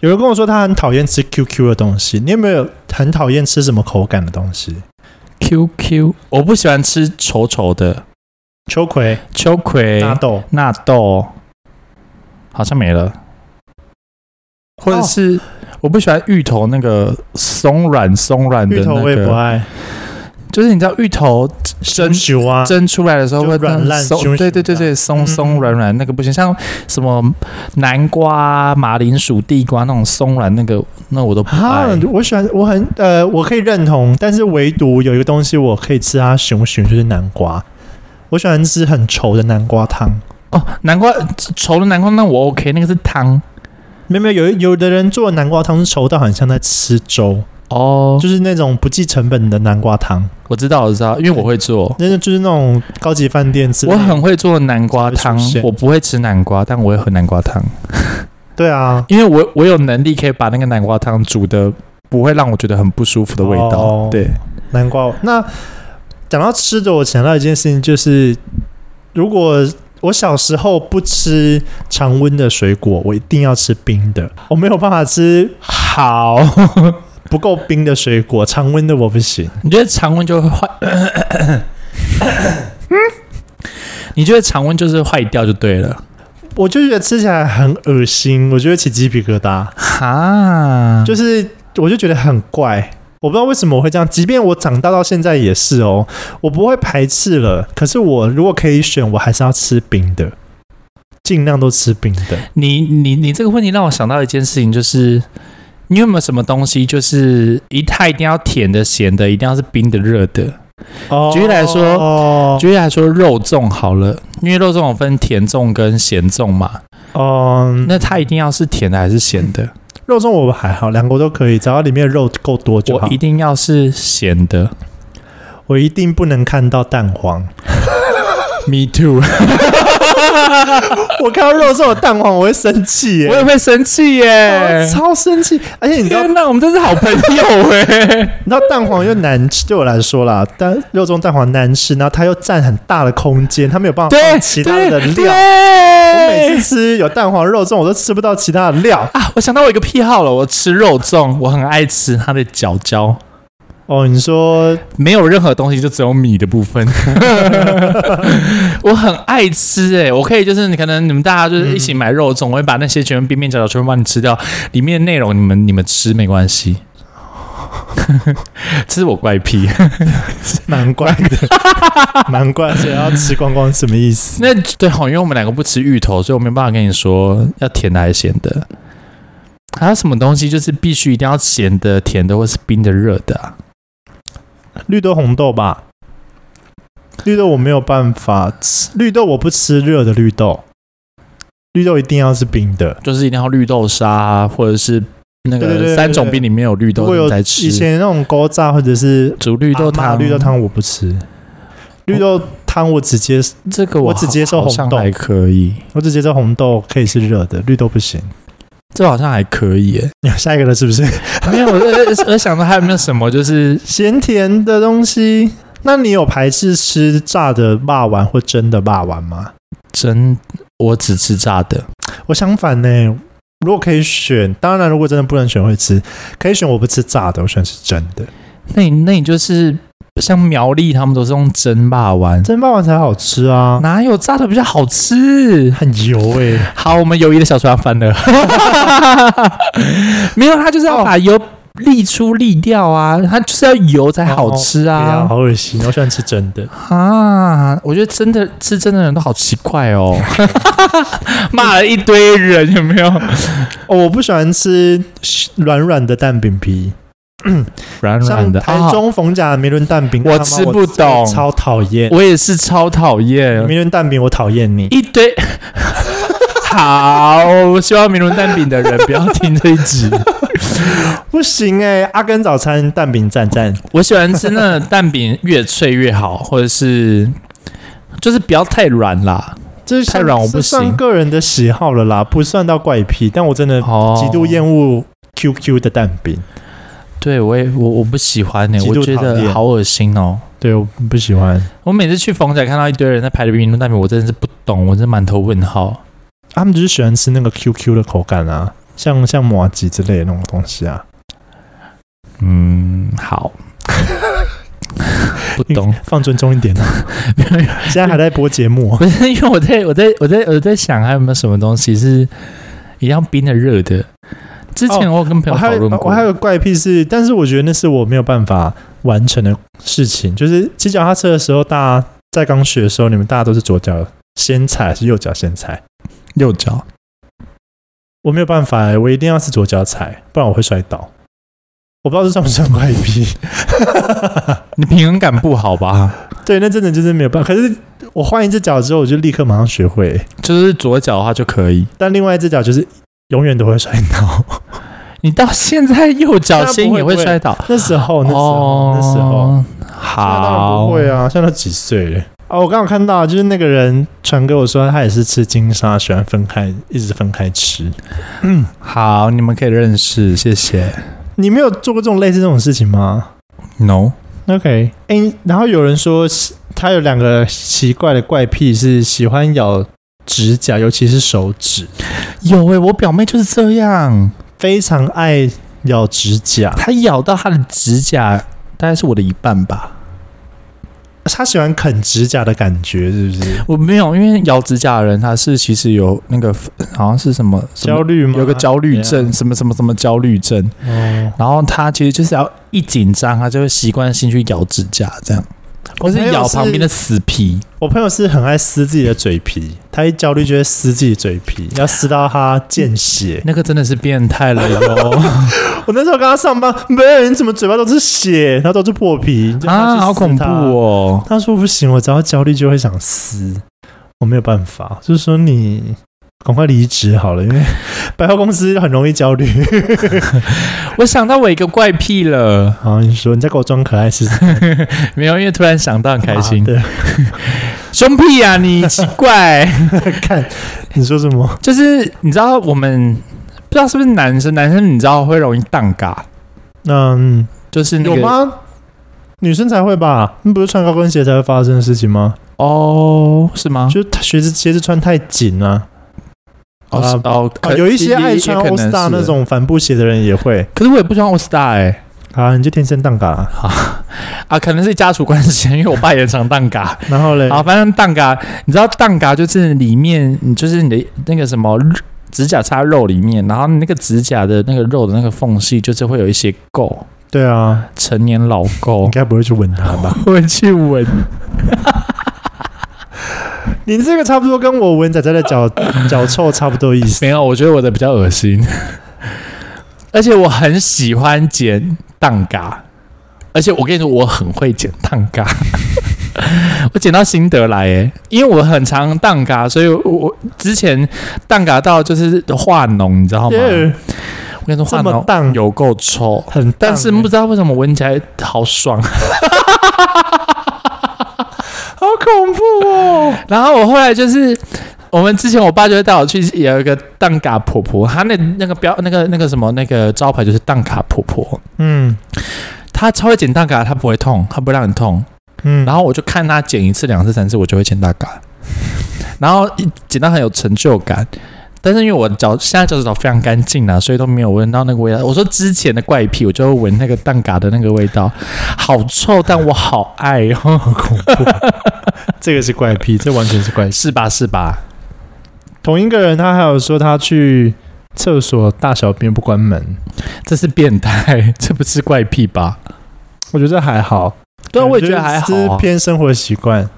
Speaker 1: 有人跟我说他很讨厌吃 QQ 的东西，你有没有很讨厌吃什么口感的东西？
Speaker 2: QQ，我不喜欢吃稠稠的
Speaker 1: 秋葵、
Speaker 2: 秋葵、
Speaker 1: 纳豆，
Speaker 2: 纳豆，好像没了，或者是、我不喜欢芋头那个松软松软的
Speaker 1: 芋头
Speaker 2: 那
Speaker 1: 我也不
Speaker 2: 个，
Speaker 1: 爱，
Speaker 2: 就是你知道芋头蒸
Speaker 1: 熟啊，
Speaker 2: 蒸出来的时候
Speaker 1: 就
Speaker 2: 会
Speaker 1: 软烂
Speaker 2: 松
Speaker 1: 咻咻，的
Speaker 2: 对对对对，松松软软那个不行，像什么南瓜、马铃薯、地瓜那种松软那个，那我都不
Speaker 1: 啊
Speaker 2: 爱。，
Speaker 1: 我喜欢，我很呃，我可以认同，但是唯独有一个东西我可以吃它熊熊，就是南瓜。我喜欢吃很稠的南瓜汤。
Speaker 2: 哦，南瓜稠的南瓜那我 OK，那个是汤
Speaker 1: 没有没有，有有的人做的南瓜汤是稠到很像在吃粥，
Speaker 2: 哦，
Speaker 1: 就是那种不计成本的南瓜汤，
Speaker 2: 我知道我知道，因为我会做，
Speaker 1: 那就是那种高级饭店吃的。
Speaker 2: 我很会做南瓜汤
Speaker 1: 会出，现
Speaker 2: 我不会吃南瓜，但我会喝南瓜汤。
Speaker 1: 对啊，
Speaker 2: 因为我我有能力可以把那个南瓜汤煮的不会让我觉得很不舒服的味道。
Speaker 1: 哦
Speaker 2: 对，
Speaker 1: 南瓜。那讲到吃的，我想到一件事情，就是如果我小时候不吃常温的水果，我一定要吃冰的，我没有办法吃
Speaker 2: 好，
Speaker 1: 不够冰的水果，常温的我不行。
Speaker 2: 你觉得常温就会坏？
Speaker 1: 嗯
Speaker 2: 你觉得常温就是坏掉就对了？
Speaker 1: 我就觉得吃起来很恶心，我就会起鸡皮疙瘩，
Speaker 2: 哈，就
Speaker 1: 就是我就觉得很怪。我不知道为什么我会这样，即便我长大到现在也是哦，我不会排斥了。可是我如果可以选，我还是要吃冰的，尽量都吃冰的。
Speaker 2: 你你你这个问题让我想到一件事情，就是你有没有什么东西，就是一它一定要甜的、咸的，一定要是冰的、热的？
Speaker 1: 哦
Speaker 2: 举例来说
Speaker 1: 哦
Speaker 2: 举例来说，肉粽好了，因为肉粽有分甜粽跟咸粽嘛，
Speaker 1: 嗯，
Speaker 2: 那它一定要是甜的还是咸的？
Speaker 1: 肉粽我还好，两个都可以，只要里面的肉够多就好
Speaker 2: 我一。定要是咸的。
Speaker 1: 我一定不能看到蛋黄，
Speaker 2: Me too，
Speaker 1: 我看到肉粽有蛋黄，我会生气
Speaker 2: 我
Speaker 1: 耶，
Speaker 2: 也会生气耶
Speaker 1: 我！超生气。而且你知道
Speaker 2: 天哪，我们真是好朋友哎！
Speaker 1: 你知道蛋黄又难吃，对我来说啦，但肉粽蛋黄难吃，然后它又占很大的空间，它没有办法
Speaker 2: 对，
Speaker 1: 哦放其他的
Speaker 2: 对
Speaker 1: 料。我每
Speaker 2: 对
Speaker 1: 次吃有蛋黄肉粽，我都吃不到其他的料。
Speaker 2: 啊，我想到我一个癖好了，我吃肉粽，我很爱吃它的角角，
Speaker 1: 哦，你说
Speaker 2: 没有任何东西，就只有米的部分。 我很爱吃哎、我可以就是你可能你们大家就是一起买肉粽，我会把那些全部边边角角全部帮你吃掉，里面的内容你们你们吃没关系。 这是我怪癖。
Speaker 1: 蛮怪的， 蛮怪，所以要吃光光什么意思？
Speaker 2: 那对好，因为我们两个不吃芋头，所以我没办法跟你说要甜的还是咸的。还有什么东西就是必须一定要咸的、甜的，或是冰的、热的、啊？
Speaker 1: 绿豆红豆吧，绿豆我没有办法吃，绿豆我不吃热的绿豆，绿豆一定要是冰的。
Speaker 2: 就是一定要绿豆沙啊，或者是那
Speaker 1: 对对对
Speaker 2: 个
Speaker 1: 对
Speaker 2: 三种冰里面有绿
Speaker 1: 如
Speaker 2: 豆
Speaker 1: 果有
Speaker 2: 你才吃
Speaker 1: 以。前那种锅炸或者是
Speaker 2: 煮绿豆
Speaker 1: 阿嬷
Speaker 2: 汤，
Speaker 1: 绿豆汤我不吃，绿豆汤我直接
Speaker 2: 这个
Speaker 1: 我
Speaker 2: 好
Speaker 1: 只接受
Speaker 2: 好
Speaker 1: 红
Speaker 2: 像
Speaker 1: 豆
Speaker 2: 还可以，
Speaker 1: 我只接受红豆可以是热的，绿豆不行。
Speaker 2: 这好像还可以耶。
Speaker 1: 下一个了是不是？
Speaker 2: 没有，我我我想到还有没有什么就是
Speaker 1: 咸甜的东西，那你有排斥吃炸的霸丸或蒸的霸丸吗？
Speaker 2: 真，我只吃炸的。
Speaker 1: 我相反呢、如果可以选，当然如果真的不能选会吃，可以选我不吃炸的，我喜欢吃蒸的。
Speaker 2: 那你那你就是像苗栗他们都是用蒸霸丸，
Speaker 1: 蒸霸丸才好吃啊，
Speaker 2: 哪有炸的比较好吃？
Speaker 1: 很油诶、
Speaker 2: 好，我们友谊的小船翻了。 哦没有，它就是要把油沥出沥掉啊，它就是要油才好吃
Speaker 1: 对啊，
Speaker 2: 啊。
Speaker 1: 好恶心，我喜欢吃蒸的。
Speaker 2: 啊，我觉得真的吃真的人都好奇怪哦， 骂了一堆人有没有？
Speaker 1: 哦，我不喜欢吃软软的蛋饼皮，
Speaker 2: 软软
Speaker 1: 像
Speaker 2: 的，
Speaker 1: 台
Speaker 2: 啊
Speaker 1: 中逢甲的梅伦蛋饼，
Speaker 2: 我
Speaker 1: 他妈
Speaker 2: 吃不懂
Speaker 1: 超讨厌。
Speaker 2: 我也是超讨厌
Speaker 1: 梅伦蛋饼我讨厌你，
Speaker 2: 一堆。 好，我希望明伦蛋饼的人不要听这一集。
Speaker 1: 不行哎、阿根早餐蛋饼赞赞，
Speaker 2: 我喜欢吃那种蛋饼越脆越好，或者是就是不要太软啦。
Speaker 1: 这是
Speaker 2: 太软我不
Speaker 1: 这算
Speaker 2: 行
Speaker 1: 个人的喜好了啦，不算到怪癖，但我真的
Speaker 2: 哦，
Speaker 1: 呃极度厌恶 QQ 的蛋饼，
Speaker 2: 对我也我我不喜欢呢、
Speaker 1: 极
Speaker 2: 我
Speaker 1: 度
Speaker 2: 觉
Speaker 1: 讨
Speaker 2: 得
Speaker 1: 厌
Speaker 2: 好恶心哦。
Speaker 1: 对，我不喜欢
Speaker 2: 我每次去逢甲看到一堆人在排着冰冻蛋饼，我真的是不懂，我真的满头问号。
Speaker 1: 他们只是喜欢吃那个 QQ 的口感啊，像像麻吉之类的那种东西啊，
Speaker 2: 嗯，好， 不懂，
Speaker 1: 放尊重一点啊。 现在还在播节目啊，
Speaker 2: 不是因为我在我在我在我在想还有没有什么东西是一样冰的热的，之前我有跟朋
Speaker 1: 哦我
Speaker 2: 友讨
Speaker 1: 还有
Speaker 2: 论
Speaker 1: 我
Speaker 2: 过，
Speaker 1: 还有怪癖是，但是我觉得那是我没有办法完成的事情。就是骑脚踏车的时候，大家在刚学的时候，你们大家都是左脚先踩还是右脚先踩？
Speaker 2: 右脚，
Speaker 1: 我没有办法、欸，我一定要是左脚踩，不然我会摔倒。我不知道这算不算怪癖。
Speaker 2: 你平衡感不好吧？
Speaker 1: 对，那真的就是没有办法。可是我换一只脚之后，我就立刻马上学会、
Speaker 2: 就是左脚的话就可以。
Speaker 1: 但另外一只脚就是永远都会摔 倒。
Speaker 2: 你到现在右脚先也
Speaker 1: 那不会
Speaker 2: 会摔倒，
Speaker 1: 那时候，那时候，那时候。
Speaker 2: 哦，
Speaker 1: 现在当然
Speaker 2: 好，
Speaker 1: 不会啊，现在都几岁了？哦，我刚刚看到，就是那个人传给我说，他也是吃金沙，喜欢分开，一直分开吃。
Speaker 2: 好，你们可以认识，谢谢。
Speaker 1: 你没有做过这种类似这种事情吗
Speaker 2: No，
Speaker 1: ？OK，哎、然后有人说他有两个奇怪的怪癖，是喜欢咬指甲，尤其是手指，
Speaker 2: 有诶、我表妹就是这样，
Speaker 1: 非常爱咬指甲。
Speaker 2: 她咬到她的指甲，大概是我的一半吧。
Speaker 1: 他喜欢啃指甲的感觉，是不是？
Speaker 2: 我没有，因为咬指甲的人他是其实有那个好像是什么什
Speaker 1: 焦
Speaker 2: 么。
Speaker 1: 虑吗？
Speaker 2: 有个焦虑
Speaker 1: 对
Speaker 2: 症，什么什么什么焦虑症，
Speaker 1: 啊。哦
Speaker 2: 然后他其实就是要一紧张，他就会习惯性去咬指甲，这样，或是
Speaker 1: 朋友
Speaker 2: 咬
Speaker 1: 是
Speaker 2: 旁边的死皮。
Speaker 1: 我朋友是很爱撕自己的嘴皮，他一焦虑就会撕自己嘴皮，要撕到他见 血。
Speaker 2: 那个真的是变态了哟！
Speaker 1: 我那时候跟他上班，没有人怎么嘴巴都是血，然后都是破皮
Speaker 2: 啊，好恐怖！
Speaker 1: 就
Speaker 2: 哦！
Speaker 1: 他去撕他他说不行，我只要焦虑就会想撕，我没有办法，就是说你赶快离职好了，因为 百货公司很容易焦虑。
Speaker 2: 我想到我一个怪癖 了，
Speaker 1: 好，你说你在给我装可爱是
Speaker 2: 没有，因为突然想到很开心。
Speaker 1: 啊对，
Speaker 2: 胸屁啊你，奇怪，
Speaker 1: 看你说什么？
Speaker 2: 就是你知道我们不知道是不是男生，男生你知道会容易荡嘎，
Speaker 1: 嗯，
Speaker 2: 就是那
Speaker 1: 有
Speaker 2: 个
Speaker 1: 吗？女生才会吧？那不是穿高跟鞋才会发生的事情吗？
Speaker 2: 哦，是吗？
Speaker 1: 就是他鞋子鞋子穿太紧了、啊
Speaker 2: 哦
Speaker 1: 啊
Speaker 2: 是哦，可
Speaker 1: 有一些
Speaker 2: 也
Speaker 1: 爱穿
Speaker 2: 也可
Speaker 1: All
Speaker 2: 能是
Speaker 1: Star 那，种帆布鞋的人也会
Speaker 2: 可是我也不喜欢 all star 哎、
Speaker 1: 啊，你就天生荡嘎啊、
Speaker 2: 啊，可能是家族关系，因为我爸也常荡 嘎。
Speaker 1: 然后嘞，
Speaker 2: 好，反正荡嘎，你知道荡嘎就是里面，你就是你的那个什么指甲插肉里面，然后你那个指甲的那个肉的那个缝隙，就是会有一些垢，
Speaker 1: 对啊，
Speaker 2: 成年老
Speaker 1: 你
Speaker 2: 垢，
Speaker 1: 该不会去吻他吧？
Speaker 2: 会去闻。
Speaker 1: 你这个差不多跟我吻仔仔的 脚脚臭差不多意思。
Speaker 2: 没有，我觉得我的比较恶心， 而且我很喜欢剪蛋嘎，而且我跟你说，我很会剪蛋嘎， 我剪到心得来诶，因为我很常蛋嘎，所以我我之前蛋嘎到就是化脓，你知道 吗？
Speaker 1: 耶
Speaker 2: 我跟你说，化
Speaker 1: 这么荡
Speaker 2: 脓有够臭，
Speaker 1: 很荡
Speaker 2: 但是
Speaker 1: 欸
Speaker 2: 不知道为什么闻起来好爽。
Speaker 1: 好恐怖哦！
Speaker 2: 然后我后来就是，我们之前我爸就会带我去有一个蛋嘎婆婆，她那那个标那个那个什么那个招牌就是蛋嘎婆婆，
Speaker 1: 嗯
Speaker 2: 她超会剪蛋嘎，她不会痛，她不会让你痛。
Speaker 1: 嗯，
Speaker 2: 然后我就看她剪一次、两次、三次，我就会剪蛋嘎，然后一剪到很有成就感。但是因为我脚现在脚趾头非常干净啊，所以都没有闻到那个味道。我说之前的怪癖，我就会闻那个蛋嘎的那个味道，好臭，但我好爱哦，
Speaker 1: 这个是怪癖，这完全是怪癖。
Speaker 2: 是吧？是吧？
Speaker 1: 同一个人，他还有说他去厕所大小便不关门，
Speaker 2: 这是变态，这不是怪癖吧？
Speaker 1: 我觉得还好。
Speaker 2: 对啊，我也觉得还好、
Speaker 1: 是
Speaker 2: 啊。
Speaker 1: 偏生活习惯。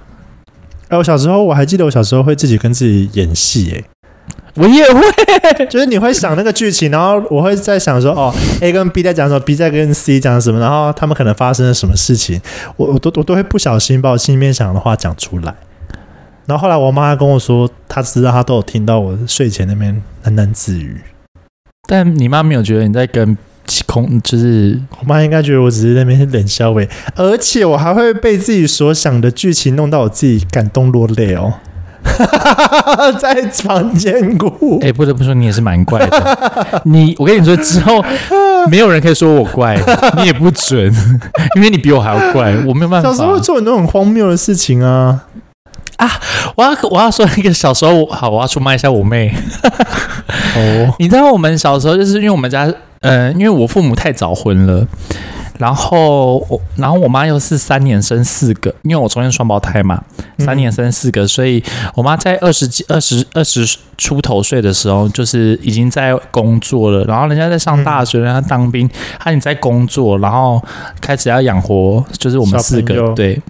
Speaker 1: 哎、我小时候我还记得，我小时候会自己跟自己演戏、 欸，
Speaker 2: 我也会，
Speaker 1: 就是你会想那个剧情，然后我会在想说，哦，A 跟 B 在讲什么，B 在跟 C 讲什么，然后他们可能发生了什么事情，我我都我都会不小心把我心里面想的话讲出来。然后后来我妈跟我说，她知道她都有听到我睡前那边喃喃自语，
Speaker 2: 但你妈没有觉得你在跟空，就是
Speaker 1: 我妈应该觉得我只是在那边冷笑话，而且我还会被自己所想的剧情弄到我自己感动落泪哦， 在房间哭
Speaker 2: 哎、。不得不说你也是蛮怪的。你，我跟你说之后，没有人可以说我怪，你也不准， 因为你比我还要怪，我没有办法
Speaker 1: 小时。候做很多很荒谬的事情啊，
Speaker 2: 我要我要说一个小时候，好，我要出卖一下我妹。
Speaker 1: 哦，
Speaker 2: 哦你知道我们小时候就是因为我们家，呃，因为我父母太早婚了，然后我，然后我妈又是三年生四个，因为我中间双胞胎嘛，
Speaker 1: 嗯
Speaker 2: 三年生四个，所以我妈在二十几、二十二十出头岁的时候，就是已经在工作了。然后人家在上大
Speaker 1: 嗯
Speaker 2: 学，人家当兵，她已经在工作，然后开始要养活，就是我们四
Speaker 1: 小朋
Speaker 2: 个
Speaker 1: 友
Speaker 2: 对。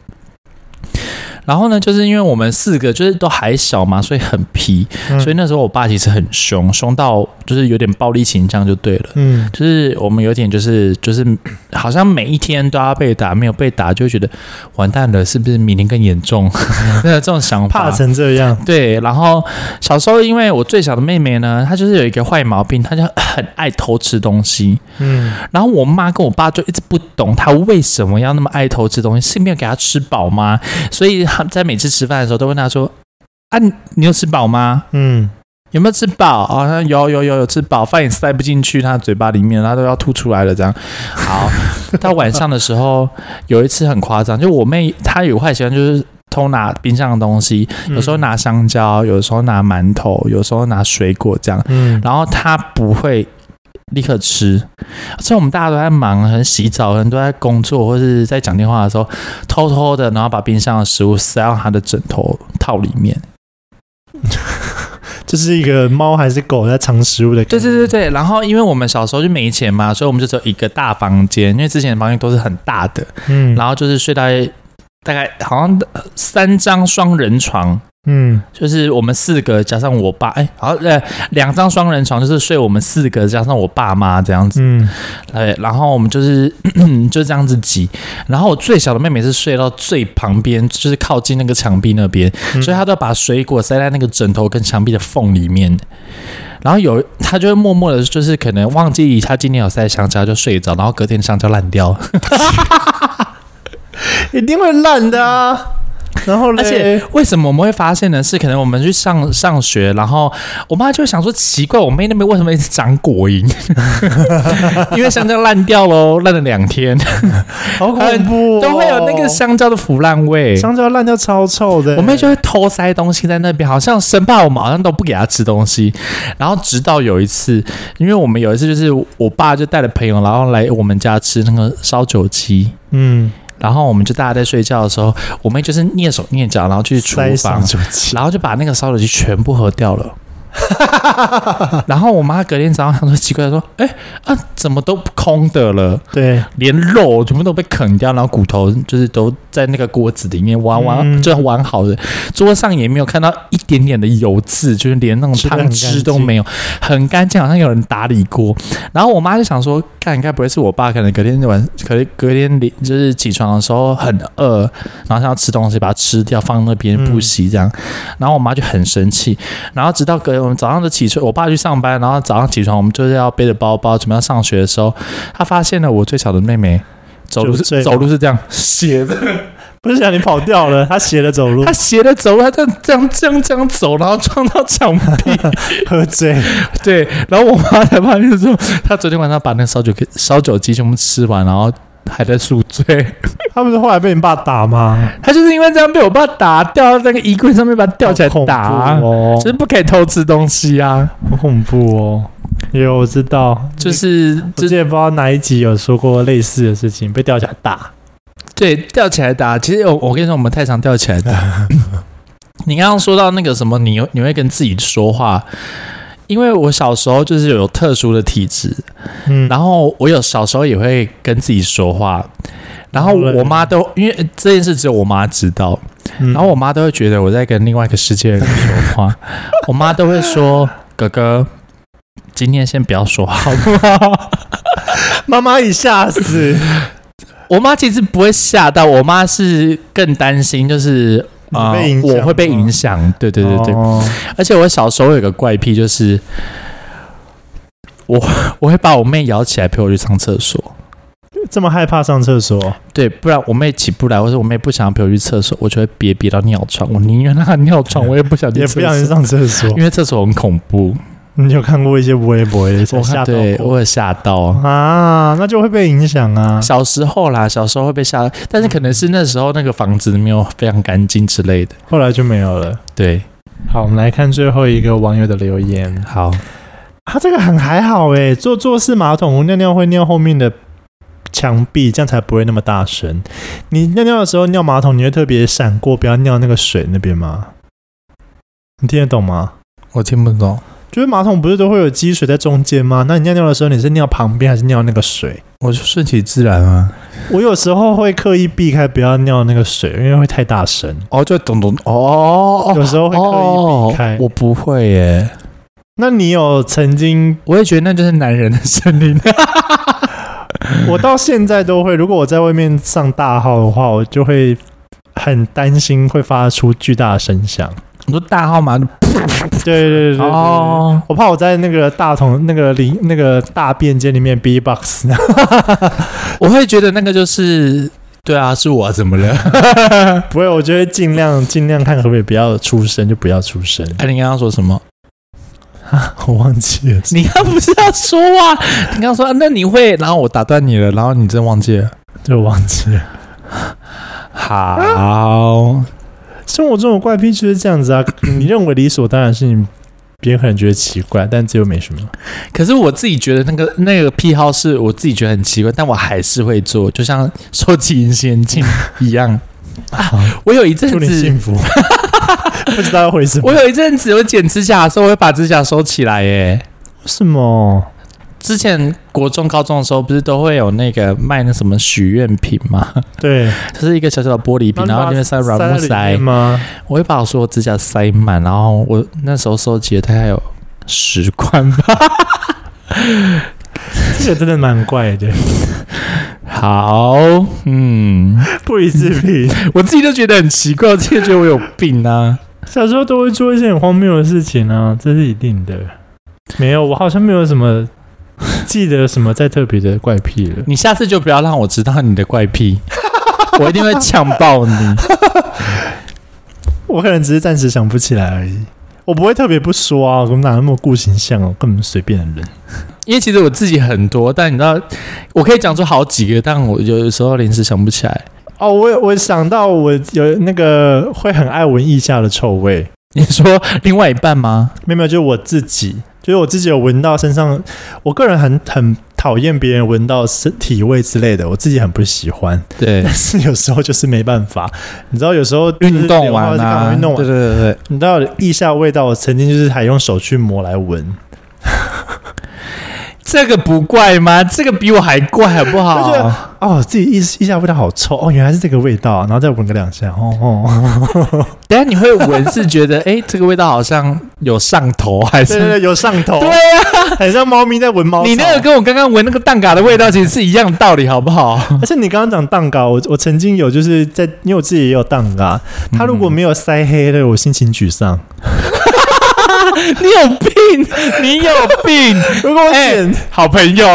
Speaker 2: 然后呢，就是因为我们四个就是都还小嘛，所以很皮，
Speaker 1: 嗯
Speaker 2: 所以那时候我爸其实很凶，凶到就是有点暴力倾向就对了。
Speaker 1: 嗯，
Speaker 2: 就是我们有点就是就是好像每一天都要被打，没有被打就会觉得完蛋了，是不是明天更严重？ 那这种想
Speaker 1: 怕
Speaker 2: 法。
Speaker 1: 成这样，
Speaker 2: 对，然后小时候因为我最小的妹妹呢，她就是有一个坏毛病，她就很爱偷吃东西。
Speaker 1: 嗯，
Speaker 2: 然后我妈跟我爸就一直不懂她为什么要那么爱偷吃东西，是没有给她吃饱吗？所以她在每次吃饭的时候都问她说：“啊，你你有吃饱吗？”
Speaker 1: 嗯，
Speaker 2: 有没有吃饱？哦好、像有有有有吃饱，饭也塞不进去他嘴巴里面，他都要吐出来了。这样，好，到晚上的时候，有一次很夸张，就我妹她有坏习惯，就是偷拿冰箱的东西，
Speaker 1: 嗯
Speaker 2: 有时候拿香蕉，有时候拿馒头，有时候拿水果这样，
Speaker 1: 嗯，
Speaker 2: 然后她不会。立刻吃，所以我们大家都在忙，很洗澡，人都在工作或是在讲电话的时候，偷偷的，然后把冰箱的食物塞到她的枕头套里面。
Speaker 1: 这是一个猫还是狗在藏食物的感觉，
Speaker 2: 对对对对，然后因为我们小时候就没钱嘛，所以我们就只有一个大房间，因为之前的房间都是很大的，
Speaker 1: 嗯，
Speaker 2: 然后就是睡大概大概好像呃三张双人床，
Speaker 1: 嗯
Speaker 2: 就是我们四个加上我爸，哎，好呃两张双人床就是睡我们四个加上我爸妈这样子，
Speaker 1: 嗯
Speaker 2: 哎，然后我们就是 就这样子挤，然后我最小的妹妹是睡到最旁边，就是靠近那个墙壁那边，
Speaker 1: 嗯
Speaker 2: 所以他都把水果塞在那个枕头跟墙壁的缝里面。然后有他就会默默的，就是可能忘记他今天有塞香蕉就睡着，然后隔天香蕉烂掉。
Speaker 1: 一定会烂的啊。然后嘞，
Speaker 2: 而且为什么我们会发现呢？是可能我们去上上学，然后我妈就会想说奇怪，我妹那边为什么一直长果蝇？ 因为香蕉烂掉喽，烂了两天，
Speaker 1: 好恐怖、哦，
Speaker 2: 都会有那个香蕉的腐烂味。
Speaker 1: 香蕉烂掉超臭的、
Speaker 2: 我妹就会偷塞东西在那边，好像生怕我们好像都不给她吃东西。然后直到有一次，因为我们有一次就是我爸就带了朋友，然后来我们家吃那个烧酒鸡，
Speaker 1: 嗯，
Speaker 2: 然后我们就大家在睡觉的时候，我妹就是蹑手蹑脚，然后去厨
Speaker 1: 塞
Speaker 2: 房
Speaker 1: 上，酒精，
Speaker 2: 然后就把那个烧酒鸡全部喝掉了。 然后我妈隔天早上想说奇怪，说：“哎啊，怎么都空的了？
Speaker 1: 对，
Speaker 2: 连肉全部都被啃掉，然后骨头就是都在那个锅子里面完完、
Speaker 1: 嗯
Speaker 2: 就完好的，桌上也没有看到一点点的油渍，就是连那种
Speaker 1: 吃得很
Speaker 2: 汤
Speaker 1: 干净
Speaker 2: 汁都没有，很干净，好像有人打理过。然后我妈就想说，干，该不会是我爸可能隔天晚，可能隔天里就是起床的时候很饿，然后想要吃东西，把它吃掉放那边
Speaker 1: 嗯
Speaker 2: 不洗这样。然后我妈就很生气，然后直到隔天我们早上就起床，我爸去上班，然后早上起床我们就是要背着包包准备要上学的时候，他发现了我最小的妹妹走路
Speaker 1: 酒醉
Speaker 2: 是
Speaker 1: 了
Speaker 2: 走路是这样斜的，
Speaker 1: 不是想啊你跑掉了，他斜着走路
Speaker 2: 她，斜的走路，她这样这样这样这样走，然后撞到墙壁。
Speaker 1: 喝醉，
Speaker 2: 对，然后我妈在旁边说，她昨天晚上把那个烧酒给烧酒鸡全部吃完，然后还在宿醉。
Speaker 1: 他不是后来被你爸打吗？
Speaker 2: 她就是因为这样被我爸打，掉到那个衣柜上面，把它吊起来
Speaker 1: 好恐怖
Speaker 2: 打啊。
Speaker 1: 哦
Speaker 2: 就是，不可以偷吃东西啊！
Speaker 1: 好恐怖哦。有我知道，
Speaker 2: 就是
Speaker 1: 我
Speaker 2: 就
Speaker 1: 记得不知道哪一集有说过类似的事情，被吊起来打。
Speaker 2: 对，吊起来打。其实我我跟你说，我们太常吊起来打。 你刚刚说到那个什么，你你会跟自己说话，因为我小时候就是有特殊的体质，
Speaker 1: 嗯，
Speaker 2: 然后我有小时候也会跟自己说话，然后我妈都因为这件事只有我妈知道，
Speaker 1: 嗯
Speaker 2: 然后我妈都会觉得我在跟另外一个世界的人说 话，我妈都会说：“哥哥，今天先不要说话，好不好？”
Speaker 1: 妈妈一吓死，
Speaker 2: 我妈其实不会吓到，我妈是更担心，就是啊、
Speaker 1: 你被影响
Speaker 2: 我会被影响。对对对对，
Speaker 1: 哦
Speaker 2: 而且我小时候有个怪癖，就是我我会 把我妹摇起来陪我去上厕所，
Speaker 1: 这么害怕上厕所，
Speaker 2: 对，不然我妹起不来，或者我妹不想陪我去厕所，我就会憋憋到尿床。我宁愿让她尿 床，我也不想去
Speaker 1: 也
Speaker 2: 厕
Speaker 1: 不想去
Speaker 2: 所。
Speaker 1: 上厕所
Speaker 2: 因。为厕所很恐怖，
Speaker 1: 你有看过一些微博的，吓
Speaker 2: 我看
Speaker 1: 到
Speaker 2: 对
Speaker 1: 过
Speaker 2: 我有吓到。
Speaker 1: 啊，那就会被影响啊。
Speaker 2: 小时候啦，小时候会被吓，但是可能是那时候那个房子没有非常干净之类的。
Speaker 1: 后来就没有了。
Speaker 2: 对，
Speaker 1: 好，我们来看最后一个网友的留言。啊
Speaker 2: 好，
Speaker 1: 他、这个很还好诶、坐坐式马桶尿尿会尿后面的墙壁，这样才不会那么大声。你尿尿的时候尿马桶，你会特别闪过，不要尿那个水那边吗？你听得懂吗？
Speaker 2: 我听不懂，
Speaker 1: 就是马桶不是都会有积水在中间吗？那你尿尿的时候，你是尿旁边还是尿那个水？
Speaker 2: 我就顺其自然啊。
Speaker 1: 我有时候会刻意避开不要尿那个水，因为会太大声。
Speaker 2: 哦，就懂懂哦哦，
Speaker 1: 有时候会刻意避开。
Speaker 2: 我不会耶，
Speaker 1: 那你有曾经
Speaker 2: 我也觉得那就是男人的森林。
Speaker 1: 我到现在都会，如果我在外面上大号的话，我就会很担心会发出巨大的声响。
Speaker 2: 你说大号码
Speaker 1: 对对对对对
Speaker 2: 哦，
Speaker 1: 我怕我在那个大桶、那个里、那个大便间里面 B box，
Speaker 2: 我会觉得那个就是对啊，是我怎么 了？
Speaker 1: 不会，我就会尽量尽量看可不可以不要出声，就不要出声。
Speaker 2: 哎、你刚刚说什么？
Speaker 1: 我忘记了，
Speaker 2: 你刚刚不是要说啊？你刚刚说、啊那你会，然后我打断你了，然后你真忘记了。
Speaker 1: 就忘记了。
Speaker 2: 啊好，
Speaker 1: 生活中的怪癖就是这样子啊，你认为理所当然是你，别人可能觉得奇怪，但这又没什么。
Speaker 2: 可是我自己觉得那个那个癖好是我自己觉得很奇怪，但我还是会做，就像收集隐形眼镜一 样。
Speaker 1: 好，
Speaker 2: 我有一阵
Speaker 1: 祝你
Speaker 2: 啊子
Speaker 1: 幸福。 不知道要回什么
Speaker 2: 我？有一阵子我剪指甲的时候，我会把指甲收起来耶。
Speaker 1: 什么？
Speaker 2: 之前国中、高中的时候，不是都会有那个卖那什么许愿品吗？
Speaker 1: 对，
Speaker 2: 就是一个小小的玻璃瓶，然后里面塞软木
Speaker 1: 在里
Speaker 2: 塞
Speaker 1: 面。吗？
Speaker 2: 我会把我所有指甲塞满，然后我那时候收集了大概有十罐 吧。
Speaker 1: 这个真的蛮怪的，
Speaker 2: 好，嗯，
Speaker 1: 不以自比。
Speaker 2: 我自己都觉得很奇怪，我自己都觉得我有病啊。
Speaker 1: 小时候都会做一些很荒谬的事情啊，这是一定的。没有，我好像没有什么记得什么再特别的怪癖了。
Speaker 2: 你下次就不要让我知道你的怪 癖，我一定会呛爆你。
Speaker 1: 我可能只是暂时想不起来而已。我不会特别不说啊，我哪那么顾形象哦、我根本随便的人。
Speaker 2: 因为其实我自己很多，但你知道，我可以讲出好几个，但我有时候临时想不起来。
Speaker 1: 哦，我有我想到我有那个会很爱闻腋下的臭味，
Speaker 2: 你说另外一半吗？
Speaker 1: 没有没有，就是我自己，就是我自己有闻到身上，我个人很很讨厌别人闻到身体味之类的，我自己很不喜欢，
Speaker 2: 对，
Speaker 1: 但是有时候就是没办法，你知道有时候就是
Speaker 2: 运动完
Speaker 1: 流汗或者是干
Speaker 2: 啊，
Speaker 1: 嘛运动
Speaker 2: 对
Speaker 1: 完，
Speaker 2: 对对对。
Speaker 1: 你知道腋下味道，我曾经就是还用手去抹来闻，
Speaker 2: 这个不怪吗？这个比我还怪，好不
Speaker 1: 就觉得
Speaker 2: 好？
Speaker 1: 哦，自己腋腋下味道好臭哦，原来是这个味道，然后再闻个两下，哦 哦，
Speaker 2: 等一下你会闻是觉得，哎、这个味道好像有上头，还
Speaker 1: 对对
Speaker 2: 是？
Speaker 1: 对， 有上头，
Speaker 2: 对啊
Speaker 1: 很像猫咪在闻猫草。
Speaker 2: 你那 个跟我刚刚闻那个蛋嘎的味道其实是一样的道理，好不好？
Speaker 1: 而且你刚刚讲蛋糕，我我曾经有就是在，因为我自己也有蛋糕，他如果没有塞黑的，我心情沮丧。
Speaker 2: 你有病，你有病，
Speaker 1: 如果我
Speaker 2: 哎
Speaker 1: 剪，
Speaker 2: 好朋友，